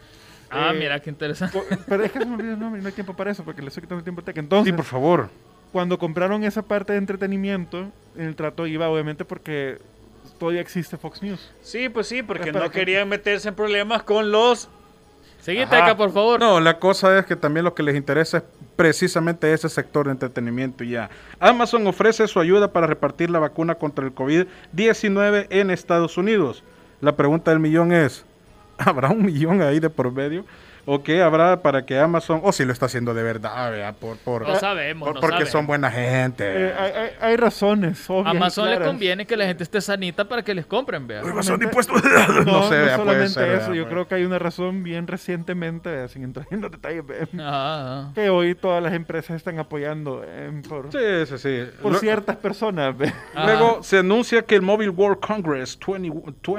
S2: Ah,
S4: eh,
S2: mira, qué interesante.
S4: co- Pero es que se me olvidó el nombre y no hay tiempo para eso, porque le estoy quitando el tiempo a Teca. Entonces,
S3: Sí, por favor.
S4: cuando compraron esa parte de entretenimiento, el trato iba obviamente porque todavía existe Fox News.
S5: Sí, pues sí, porque
S4: Espera,
S5: no
S4: que-
S5: querían meterse en problemas con los...
S2: Seguite
S5: Ajá.
S2: acá, por favor.
S3: No, la cosa es que también lo que les interesa es precisamente ese sector de entretenimiento y ya. Amazon ofrece su ayuda para repartir la vacuna contra el COVID-19 en Estados Unidos. La pregunta del millón es, ¿habrá un millón ahí de por medio? ¿O qué habrá para que Amazon, o si lo está haciendo de verdad, vea, por, por,
S2: No sabemos,
S3: por-
S2: no
S3: porque
S2: sabemos.
S3: son buena gente?
S4: Eh, hay, hay- hay razones obvias. y
S2: Amazon les
S4: claras.
S2: conviene que la gente esté sanita para que les compren, vea.
S3: Uy, son de impuestos. pues, no,
S4: No, no,
S3: sé, vea, puede
S4: solamente
S3: ser,
S4: eso,
S3: vea,
S4: yo
S3: puede-
S4: creo que hay una razón bien recientemente, eh, sin entrar en los detalles, eh,
S2: Ah, ah.
S4: que hoy todas las empresas están apoyando eh, por,
S3: Sí, sí, sí.
S4: por
S3: Lo-
S4: ciertas personas. eh.
S2: ah.
S3: Luego se anuncia que el Mobile World Congress 20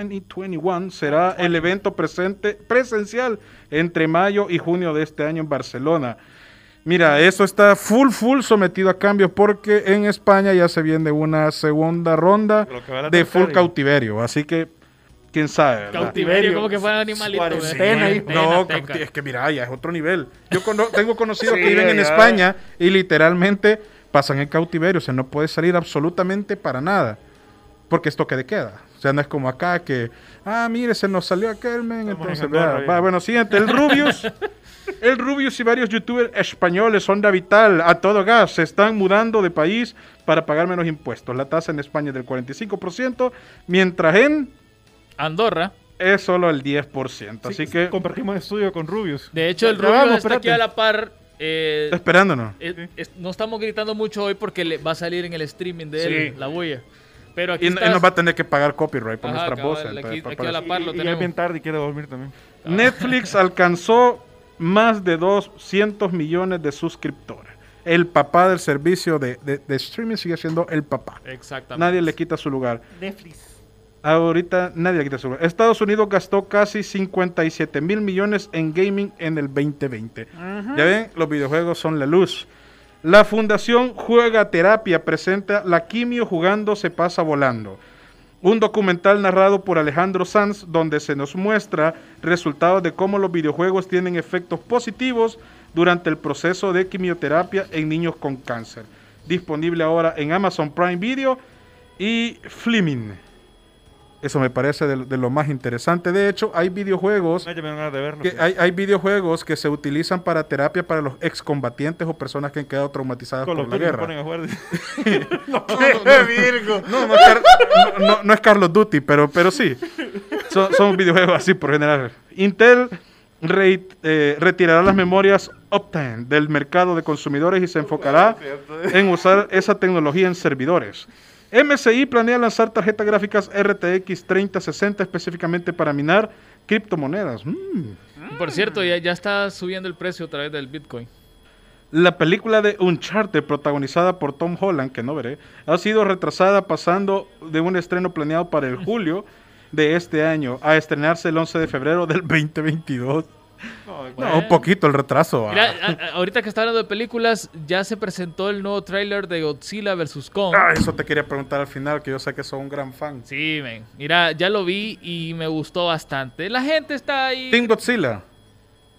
S3: 2021 será el evento presente, presencial entre mayo y junio de este año en Barcelona. Mira, eso está full, full sometido a cambios porque en España ya se viene una segunda ronda
S4: Lo que va a la
S3: de full
S4: tercera.
S3: cautiverio. Así que, quién sabe. ¿verdad?
S2: Cautiverio,
S4: Cautiverio.
S2: como que fueran animalitos. ¿verdad?
S4: Cuarentena, hijo.
S2: Cuarentena,
S3: ¿eh? No,
S2: teca.
S3: cauti- es que mira, ya es otro nivel. Yo cono- tengo conocidos que
S5: Sí,
S3: viven en
S5: ya.
S3: España y literalmente pasan en cautiverio, o sea, no puedes salir absolutamente para nada, porque es toque de queda. O sea, no es como acá que, ah, mire, se nos salió aquel men,
S4: Estamos
S3: entonces,
S4: en Andorra,
S3: vea,
S4: bien.
S3: va, bueno, siguiente, el Rubius. El Rubius y varios youtubers españoles, Onda Vital, a todo gas, se están mudando de país para pagar menos impuestos. La tasa en España es del 45%, mientras en
S2: Andorra.
S3: es solo el 10%.
S4: Sí,
S3: Así que
S4: compartimos estudio con Rubius.
S2: De hecho, el
S4: Ya
S2: Rubio
S4: vamos,
S2: está aquí
S4: espérate.
S2: a la par. Eh,
S3: Está esperándonos.
S2: eh, es- no estamos gritando mucho hoy porque le- va a salir en el streaming de
S5: Sí.
S2: él, la bulla. Pero aquí
S3: Y, y
S2: estás-
S3: nos va a tener que pagar copyright por
S2: Ajá,
S3: nuestras
S2: cabal,
S3: voces.
S2: aquí-
S3: entonces,
S2: aquí
S3: para-
S2: a la Ah. par lo
S4: Y, y ya es bien
S2: tenemos.
S4: tarde y quiere dormir también.
S3: Netflix alcanzó más de 200 millones de suscriptores. El papá del servicio de, de- de streaming sigue siendo el papá.
S2: Exactamente.
S3: Nadie le quita su lugar.
S4: Netflix.
S3: Ahorita nadie le quita su lugar. Estados Unidos gastó casi 57 mil millones en gaming en el 2020. Ya ven, los videojuegos son la luz. La Fundación Juega Terapia presenta La quimio jugando se pasa volando. Un documental narrado por Alejandro Sanz donde se nos muestra resultados de cómo los videojuegos tienen efectos positivos durante el proceso de quimioterapia en niños con cáncer. Disponible ahora en Amazon Prime Video y Fleming. Eso me parece de, de lo más interesante. De hecho, hay videojuegos
S4: No, ya me dieron ganas de verlo.
S3: que hay, hay videojuegos que se utilizan para terapia para los excombatientes o personas que han quedado traumatizadas
S4: Con
S3: por
S4: los
S3: la
S4: que me
S3: guerra.
S4: ponen a jugar.
S5: Virgo.
S3: No, no es, Car- no- no- no es Carlos Duty, pero, pero sí. Son, son videojuegos así por general. Intel re- eh, retirará las memorias Optane del mercado de consumidores y se enfocará
S2: eh.
S3: en usar esa tecnología en servidores. MSI planea lanzar tarjetas gráficas RTX 3060 específicamente para minar criptomonedas. Mm.
S2: Por cierto, ya, ya está subiendo el precio a través del Bitcoin.
S3: La película de Uncharted, protagonizada por Tom Holland, que no veré, ha sido retrasada pasando de un estreno planeado para el julio de este año a estrenarse el 11 de febrero del 2022. No, un
S2: Bueno.
S3: poquito el retraso. ah.
S2: Mira, a- a- ahorita que está hablando de películas, ya se presentó el nuevo tráiler de Godzilla vs. Kong.
S3: Ah, eso te quería preguntar al final, que yo sé que sos un gran fan.
S2: Sí, men. Mira, ya lo vi y me gustó bastante. La gente está ahí.
S3: Team Godzilla.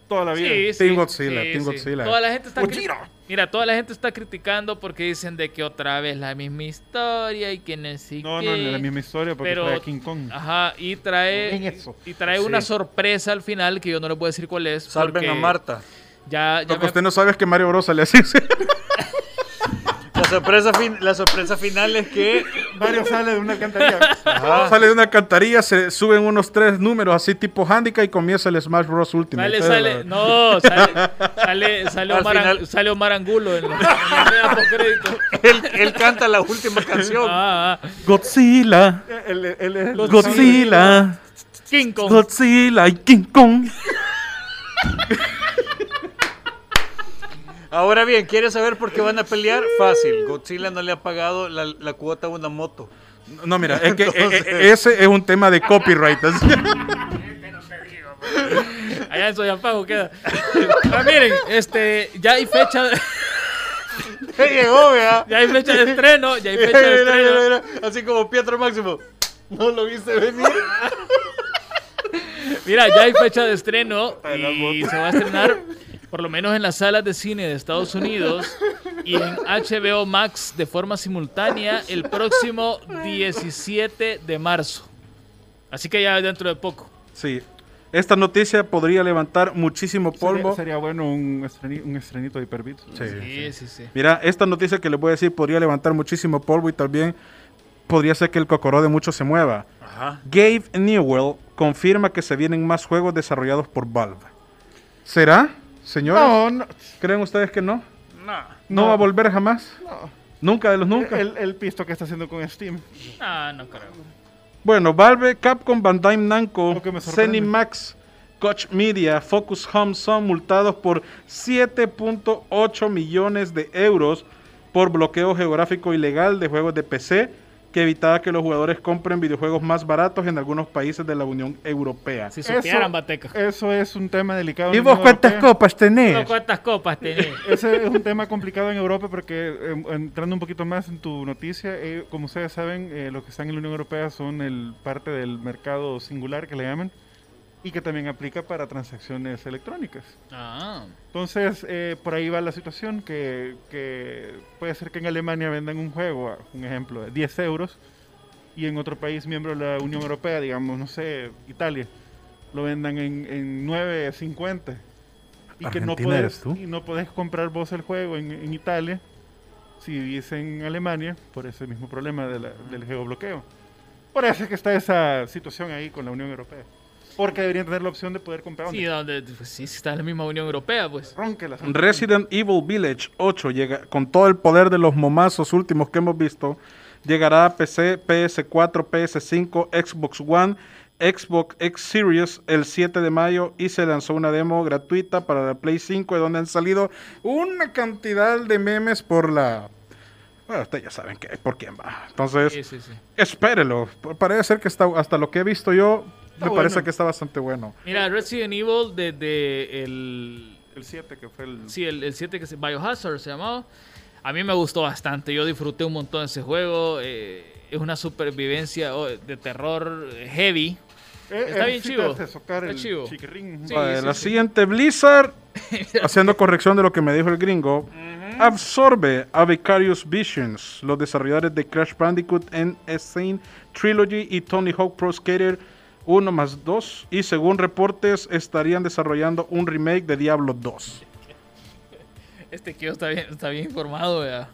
S4: Toda la vida.
S2: Sí, sí,
S3: Team Godzilla,
S2: sí,
S3: Team
S2: sí.
S3: Godzilla.
S2: Toda la gente está cri-
S3: Gojira.
S2: Mira, toda la gente está criticando porque dicen de que otra vez la misma historia y que no sé
S4: No,
S2: qué.
S4: no, no, la misma historia porque
S2: Pero- Ah.
S4: trae a King Kong.
S2: Ajá, y trae
S4: En eso.
S2: y trae una sorpresa al final que yo no les voy a decir cuál es
S5: Salven
S2: porque
S5: a Marta.
S2: Ya, ya
S3: Lo que
S2: me-
S3: usted no sabe es que Mario Bros. le así.
S5: La sorpresa, fin- la sorpresa final es que
S4: Mario sale de una alcantarilla.
S5: Ah.
S3: Sale de una cantaría, se suben unos tres números así tipo handicap y comienza el Smash Bros. Ultimate.
S2: Sale,
S3: Esa es la-
S2: sale, no, sale, sale, sale,
S5: Al
S2: Omar, Ang-
S5: final-
S2: sale Omar Angulo en la, en la escena postcrédito.
S5: él, él canta la última canción.
S2: Ah, ah.
S3: Godzilla.
S4: él, él
S3: eh,
S4: es el-
S3: Godzilla,
S2: King Kong.
S3: Godzilla y King Kong.
S5: Ahora bien, ¿quieres saber por qué van a pelear? Fácil. Godzilla no le ha pagado la, la cuota a una moto.
S3: No, mira, es que eh, eh, ese es un tema de copyright. así.
S2: Allá en Soyampago queda. Ah, miren, este, ya hay fecha, de-
S5: ¡Eh, llegó, vea!
S2: ya hay fecha de estreno, ya hay fecha de
S5: Mira,
S2: estreno.
S5: mira, mira. Así como Pietro Máximo. ¿No lo viste venir?
S2: Mira, ya hay fecha de estreno y se va a estrenar por lo menos en las salas de cine de Estados Unidos y en HBO Max de forma simultánea el próximo 17 de marzo. Así que ya dentro de poco.
S3: Sí, esta noticia podría levantar muchísimo
S4: Sería,
S3: polvo.
S4: sería bueno un, estreni- un estrenito de Hyperbits.
S3: Sí.
S2: Sí, sí, sí.
S3: Mira, esta noticia que les voy a decir podría levantar muchísimo polvo y también podría ser que el cocoró de muchos se mueva.
S5: Ajá.
S3: Gabe Newell confirma que se vienen más juegos desarrollados por Valve. ¿Será, señores?
S4: No, no.
S3: ¿Creen ustedes que no?
S5: No.
S3: ¿No, va a volver jamás? ¿Nunca de los nunca?
S4: El, el pisto que está haciendo con Steam.
S2: Ah, no creo.
S3: Bueno, Valve, Capcom, Bandai Namco,
S4: Lo que me sorprende.
S3: Zenimax, Koch Media, Focus Home son multados por 7.8 millones de euros por bloqueo geográfico ilegal de juegos de PC que evitaba que los jugadores compren videojuegos más baratos en algunos países de la Unión Europea.
S2: Si supieran, Bateca.
S4: Eso es un tema delicado. en
S3: ¿Y
S4: la
S3: vos
S4: Unión
S3: cuántas
S4: Europea.
S3: copas
S2: No,
S3: tenés?
S2: ¿Cuántas copas tenés?
S4: Ese es un tema complicado en Europa porque, eh, entrando un poquito más en tu noticia, eh, como ustedes saben, eh, los que están en la Unión Europea son el parte del mercado singular que le llaman y que también aplica para transacciones electrónicas.
S2: Ah,
S4: Entonces, eh, por ahí va la situación, que, que puede ser que en Alemania vendan un juego, a- un ejemplo, de 10 euros, y en otro país miembro de la Unión Europea, digamos, no sé, Italia, lo vendan en, en 9.50. Y que no
S3: Argentina eres
S4: podés,
S3: tú.
S4: y no podés comprar vos el juego en, en Italia si vivís en Alemania, por ese mismo problema de la- del geobloqueo. Por eso es que está esa situación ahí con la Unión Europea. Porque deberían tener la opción de poder comprar.
S2: Sí,
S4: donde
S2: donde, pues, sí, sí está en la misma Unión Europea, pues.
S4: Ronque la santa.
S6: Resident Evil Village 8 llega con todo el poder de los momazos últimos que hemos visto. Llegará a PC, PS4, PS5, Xbox One, Xbox X Series el 7 de mayo y se lanzó una demo gratuita para la Play 5 de donde han salido una cantidad de memes por la... Bueno, ustedes ya saben que, por quién va. Entonces,
S2: Sí, sí, sí.
S6: espérelo. P- Parece ser que está, hasta lo que he visto yo, me parece
S4: bueno.
S6: que está bastante bueno.
S2: Mira, Resident Evil desde el.
S4: El 7 que fue el...
S2: Sí, el, 7 que se. Biohazard se llamaba. A mí me gustó bastante. Yo disfruté un montón ese juego. eh, es una supervivencia oh, de terror heavy.
S4: Eh,
S2: Está
S4: eh,
S2: bien
S4: sí te
S2: chivo.
S4: hace socar
S2: Está
S4: el
S2: chivo.
S4: chiquirrín.
S2: Sí.
S6: Vale, la siguiente, Blizzard, haciendo corrección de lo que me dijo el gringo, absorbe a Vicarious Visions, los desarrolladores de Crash Bandicoot en Insane Trilogy y Tony Hawk Pro Skater 1 más 2, y según reportes estarían desarrollando un remake de Diablo 2.
S2: Este tío está bien, está bien informado, ¿verdad?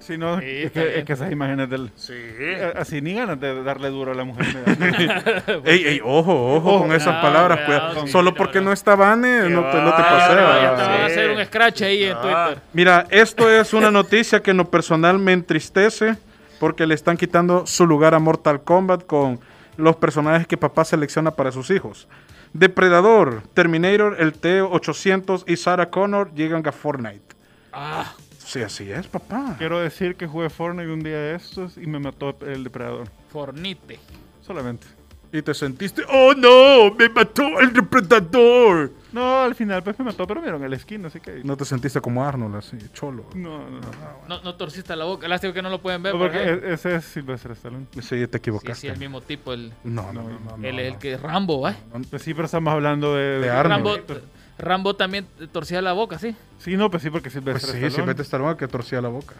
S4: Sí, no,
S2: Sí,
S4: es,
S2: está
S4: que,
S2: bien.
S4: es que esas imágenes del...
S5: Sí.
S4: eh, Así ni ganas de darle duro a la mujer. me da.
S6: Ey, ey, ojo, ojo con esas
S2: cuidado,
S6: palabras,
S2: cuidado,
S6: cuidado.
S2: Ah, sí,
S6: solo
S2: no,
S6: porque
S2: no.
S6: no está Vane,
S5: Qué
S6: no te, no te
S5: va,
S6: paseas.
S5: Ah,
S2: ya te van a
S5: sí.
S2: hacer un scratch ahí en
S5: Ah.
S2: Twitter.
S6: Mira, esto es una noticia que en lo personal me entristece porque le están quitando su lugar a Mortal Kombat con los personajes que papá selecciona para sus hijos. Depredador, Terminator, el T-800 y Sarah Connor llegan a Fortnite.
S2: Ah,
S6: Sí, así es, papá.
S4: Quiero decir que jugué Fortnite un día de estos y me mató el depredador.
S2: fornite.
S4: Solamente.
S6: Y te sentiste, oh no, me mató el depredador.
S4: No, al final pues me mató, pero me dieron el skin, así que...
S6: No te sentiste como Arnold, así, cholo.
S4: No, no, no.
S2: No, no torciste la boca. Lástima que no lo pueden ver.
S4: No,
S2: porque
S4: porque e- ese es Sylvester Stallone.
S6: Sí, te
S2: sí,
S6: equivocaste.
S2: sí, el mismo tipo. El,
S6: No, no, no, no, no,
S2: el, el
S6: no.
S2: que Rambo, ¿eh?
S4: Pues sí, pero estamos hablando de...
S6: De Arnold.
S2: Rambo, Rambo también torcía la boca, sí.
S4: Sí, no, pues sí, porque Sylvester
S6: Pues sí,
S4: Stallone.
S6: si vete Stallone que torcía la boca.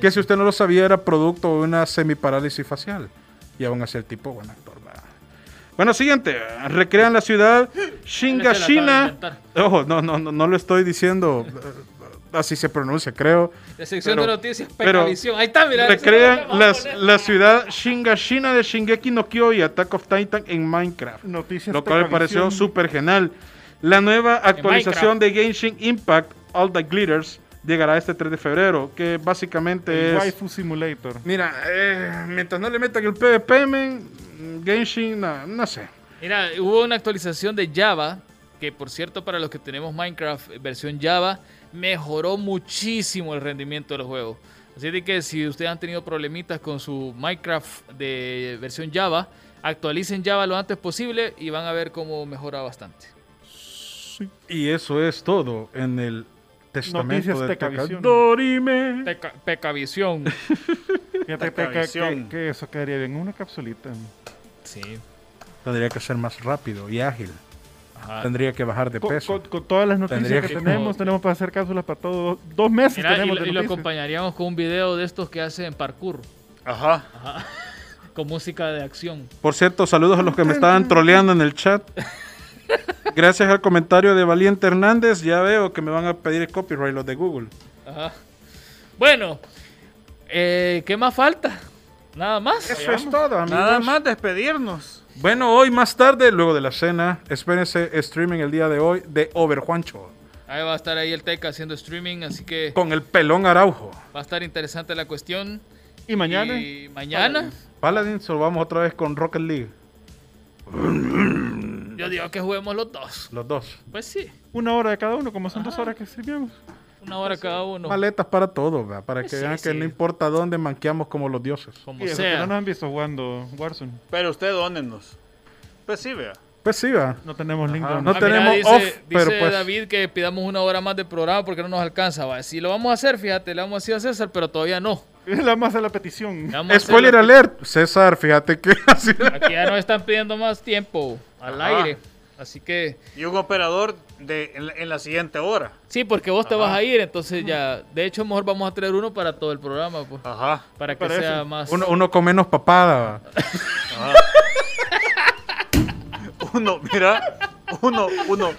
S6: Que si usted no lo sabía, era producto de una semiparálisis facial. Y aún así el tipo, buen actor. va. Bueno, siguiente. Recrean la ciudad Shingashina.
S2: inventar.
S6: Ojo, no, no, no, no lo estoy diciendo. Así se pronuncia, creo.
S2: La sección
S6: Pero-
S2: de noticias,
S6: pero-
S2: Pecavisión. Ahí está, Ah, mira.
S6: Recrean las- la ciudad Shingashina de Shingeki no Kyo y Attack of Titan en Minecraft.
S4: Noticias
S6: Lo cual me pareció súper genial. La nueva actualización de Genshin Impact, All the Glitters, llegará este 3 de febrero, que básicamente
S4: El
S6: es...
S4: Waifu Simulator.
S6: Mira, eh, mientras no le metan el PvP, men, Genshin, na- no sé.
S2: Mira, hubo una actualización de Java, que por cierto, para los que tenemos Minecraft eh, versión Java, mejoró muchísimo el rendimiento del juego. Así de que si ustedes han tenido problemitas con su Minecraft de versión Java, actualicen Java lo antes posible y van a ver cómo mejora bastante.
S6: Y eso es todo en el testamento
S4: Noticias
S6: de
S4: Tecavisión.
S6: Dorime.
S2: Peca- Pecavisión.
S4: Fíjate que, que-
S5: Precavisión.
S4: que eso quedaría bien. Una capsulita.
S2: Sí.
S6: Tendría que ser más rápido y ágil.
S2: Ajá.
S6: Tendría que bajar de
S4: Con,
S6: peso.
S4: con- con todas las noticias
S6: Tendría
S4: que,
S6: que-
S4: tenemos, tenemos para hacer cápsulas para todos. Dos meses
S2: Mira, y,
S4: tenemos
S2: lo-
S4: de
S2: y lo
S4: noticias.
S2: acompañaríamos con un video de estos que hacen parkour,
S5: Ajá.
S2: con música de acción.
S6: Por cierto, saludos a los que me estaban troleando en el chat. Gracias al comentario de Valiente Hernández, ya veo que me van a pedir el copyright los de Google.
S2: Ajá. Bueno, eh, ¿qué más falta? Nada más.
S6: Eso es todo, amigos.
S5: Nada más despedirnos.
S6: Bueno, hoy más tarde, luego de la cena, espérense streaming el día de hoy de Overjuancho
S2: Ahí va a estar ahí el Teca haciendo streaming, así que
S6: con el pelón Araujo.
S2: va a estar interesante la cuestión.
S4: Y mañana.
S2: Y mañana,
S6: Paladin, vamos otra vez con Rocket League.
S2: yo digo que juguemos los dos.
S6: Los dos.
S2: Pues sí,
S4: Una hora de cada uno, como son dos horas que streameamos.
S2: una hora cada uno.
S6: Maletas para todos, ¿verdad? para que
S2: Sí,
S6: vean que
S2: sí.
S6: no importa dónde manqueamos como los dioses.
S2: Como
S4: Y eso que no nos
S2: sea.
S4: han visto jugando Warzone.
S5: Pero usted dónenos. Pues sí, vea.
S6: Pues sí, va.
S4: No tenemos link.
S6: Ajá,
S4: donde-
S6: no
S2: Ah,
S6: te- tenemos
S2: dice,
S6: off,
S2: dice
S6: pero pues-
S2: David que pidamos una hora más de programa porque no nos alcanza. Va. Si lo vamos a hacer, fíjate, le vamos a decir a César, pero todavía no.
S4: La más de la petición.
S2: Le vamos a hacer
S6: Spoiler
S2: lo-
S6: alert. César, fíjate que así-
S2: Aquí ya nos están pidiendo más tiempo al
S5: Ajá.
S2: aire. Así que,
S5: Y un operador de, en, la, en la siguiente hora.
S2: sí, porque vos te vas a ir, entonces ya. De hecho, mejor vamos a traer uno para todo el programa, pues,
S5: Ajá.
S2: para que
S4: Para
S2: sea
S4: eso.
S2: más.
S6: uno, uno con menos papada. ¿va?
S5: Uno, mira. Uno, uno.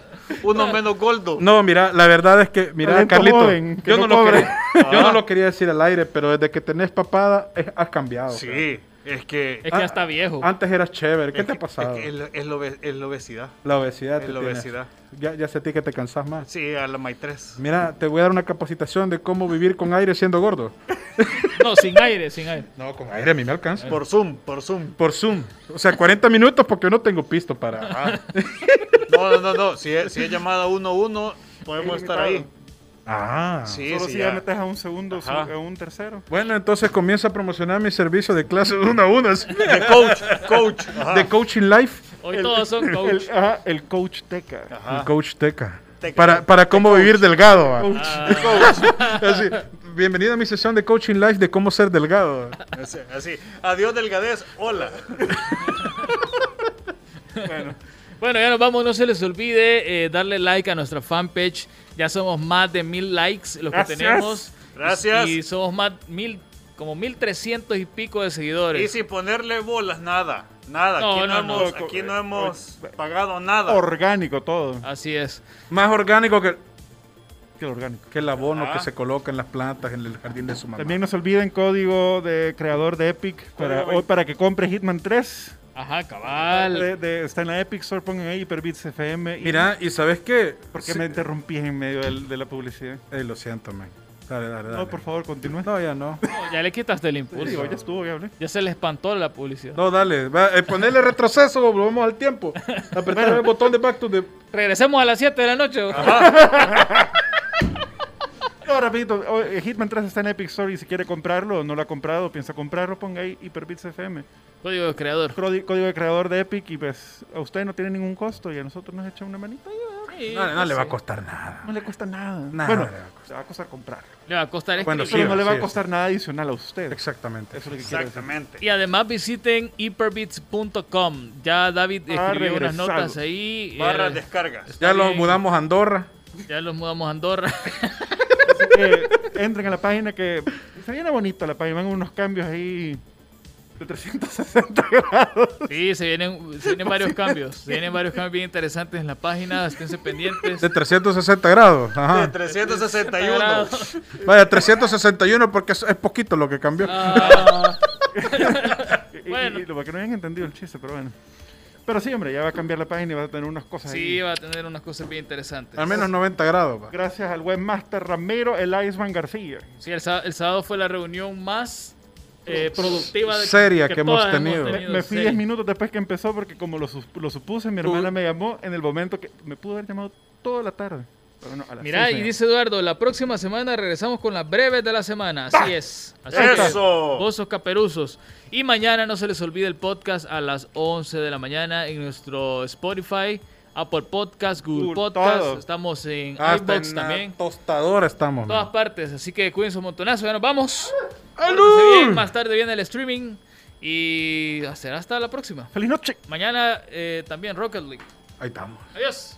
S5: Uno menos gordo.
S6: No, mira, la verdad es que, mira,
S4: Talento
S6: Carlito,
S4: joven, que
S6: yo,
S4: no
S6: no lo
S4: cobre.
S6: quería, yo no lo quería decir al aire, pero desde que tenés papada eh, has cambiado. o sea.
S5: Sí. Es que
S2: Es
S5: es,
S2: que ya
S3: Ah,
S2: está viejo.
S3: Antes eras chévere. ¿Qué te ha
S5: que-
S3: pasado?
S5: Es, que es la- es la obe- es la obesidad.
S3: la obesidad.
S5: es
S3: te
S5: la
S3: tienes.
S5: obesidad.
S3: Ya, ya sentí que te cansás más.
S5: Sí, a la May 3.
S3: Mira, te voy a dar una capacitación de cómo vivir con aire siendo gordo.
S2: No, sin aire, sin aire.
S3: No, con aire a mí me alcanza.
S5: Por Zoom, por Zoom.
S3: Por Zoom. O sea, 40 minutos porque yo no tengo pisto para. Ah,
S5: No, no, no, no. Si es, si es llamada 1-1, podemos estar ahí.
S3: Ah.
S5: Sí,
S4: Solo
S5: sí,
S4: si
S5: ya.
S4: ya metes a un segundo, su-
S5: Ajá.
S4: a un tercero.
S3: Bueno, entonces comienza a promocionar mi servicio de clases uno a uno. así,
S5: De coach, coach.
S4: Ah.
S5: Ajá.
S3: De coaching life.
S2: Hoy todos son coach.
S4: El, ajá, el coach Teca.
S5: Ajá.
S3: El coach Teca.
S5: Teca.
S3: Para, para cómo vivir delgado. va.
S4: Coach.
S3: Así, bienvenido a mi sesión de coaching life de cómo ser delgado.
S5: Así, así. Adiós, delgadez. Hola.
S2: Bueno, ya nos vamos. No se les olvide eh, darle like a nuestra fanpage. Ya somos más de mil likes los
S4: Gracias.
S2: que tenemos.
S5: Gracias.
S2: Y somos más mil, como mil trescientos y pico de
S5: Y
S2: seguidores.
S5: sin ponerle bolas, nada. Nada.
S2: No,
S5: aquí no,
S2: no,
S5: hemos,
S4: no.
S5: aquí no hemos pagado nada.
S4: Orgánico todo.
S2: Así es.
S3: Más orgánico que,
S4: Que orgánico.
S3: que el abono
S5: Ajá.
S3: que se coloca en las plantas, en el jardín de su mamá.
S4: También no se olviden código de creador de Epic para,
S5: Código
S4: hoy para que compre Hitman 3.
S2: Ajá, cabal.
S4: De- de- está en la Epic Store, pongan ahí Hyperbits FM. y-
S3: Mira, ¿y sabes qué?
S4: Porque
S3: Sí-
S4: me interrumpí en medio del- de la publicidad.
S3: Ey, lo siento, man. Dale, dale, dale.
S4: No, por favor, continúe.
S3: No, ya no.
S2: No, ya le quitaste el
S4: Digo,
S2: impulso.
S4: ya estuvo, ya hablé.
S2: Ya se le espantó la publicidad.
S3: No, dale. Va, eh, ponele retroceso, volvemos al tiempo. Apretar el botón de back to the...
S2: Regresemos a las 7 de la noche.
S4: No, rapidito. o- eh, Hitman 3 está en Epic Store y si quiere comprarlo o no lo ha comprado, piensa comprarlo, ponga ahí Hyperbits FM.
S2: Código de creador.
S4: Crodi- Código de creador de Epic y pues a usted no tiene ningún costo y a nosotros nos echa una manita.
S2: Sí,
S3: No, no
S2: pues
S3: le va a
S2: sí.
S3: costar nada.
S4: No le cuesta nada.
S3: Nada
S4: bueno,
S3: le va a costar.
S4: le va a costar comprar.
S2: Le va a costar
S3: Bueno,
S2: escribir.
S3: Sí,
S4: Pero no le va
S3: sí,
S4: a costar nada adicional a usted. Eso
S3: Exactamente.
S4: es lo que quiero decir.
S5: Exactamente.
S2: Y además visiten hyperbits.com. Ya David
S4: Ha
S2: escribió unas
S4: regresado.
S2: notas ahí.
S5: Barra
S2: Eh,
S5: descargas.
S2: está
S3: Ya lo
S2: bien.
S3: mudamos a Andorra.
S2: Ya los mudamos a Andorra.
S4: Así que entren a la página que se viene bonita la página. Van unos cambios ahí de 360 grados.
S2: Sí, se vienen, se vienen varios cambios. Se vienen varios cambios bien interesantes en la página. Esténse pendientes.
S3: De 360 grados.
S5: De
S3: Ajá.
S5: 361.
S3: Vaya, 361 porque es, es poquito lo que cambió.
S2: Ah,
S4: Y- y-
S2: Bueno.
S4: y lo que no habían entendido el chiste, pero bueno. Pero sí, hombre, ya va a cambiar la página y va a tener unas cosas
S2: sí,
S4: ahí.
S2: va a tener unas cosas bien interesantes.
S3: Al menos 90 grados. va.
S4: Gracias al webmaster Ramiro el Iceman García.
S2: Sí, el, sá- el sábado fue la reunión más eh, productiva de-
S3: Seria que hemos
S2: todas
S3: tenido.
S4: Me, me fui
S2: sí.
S4: 10 minutos después que empezó porque como lo, sus- lo supuse, mi hermana me llamó en el momento que me pudo haber llamado toda la tarde. Pero no, a las
S2: Mirá,
S4: seis
S2: y
S4: me
S2: dice Eduardo, la próxima semana regresamos con las breves de la semana. Así es. Así que,
S5: Eso.
S2: Gozos caperuzos. Y mañana no se les olvide el podcast a las 11 de la mañana en nuestro Spotify, Apple Podcast, Google
S4: Google,
S2: Podcast.
S4: todo.
S2: Estamos en
S3: Hasta
S2: iBox
S3: en la
S2: también.
S3: tostadora estamos.
S2: En
S3: man.
S2: todas partes. Así que cuídense un montonazo. Ya nos vamos. Pórtense bien, Más tarde viene el streaming. Y será hasta la próxima.
S4: llaman. ¡Feliz noche!
S2: Mañana eh, también Rocket League.
S3: Ahí estamos.
S2: Adiós.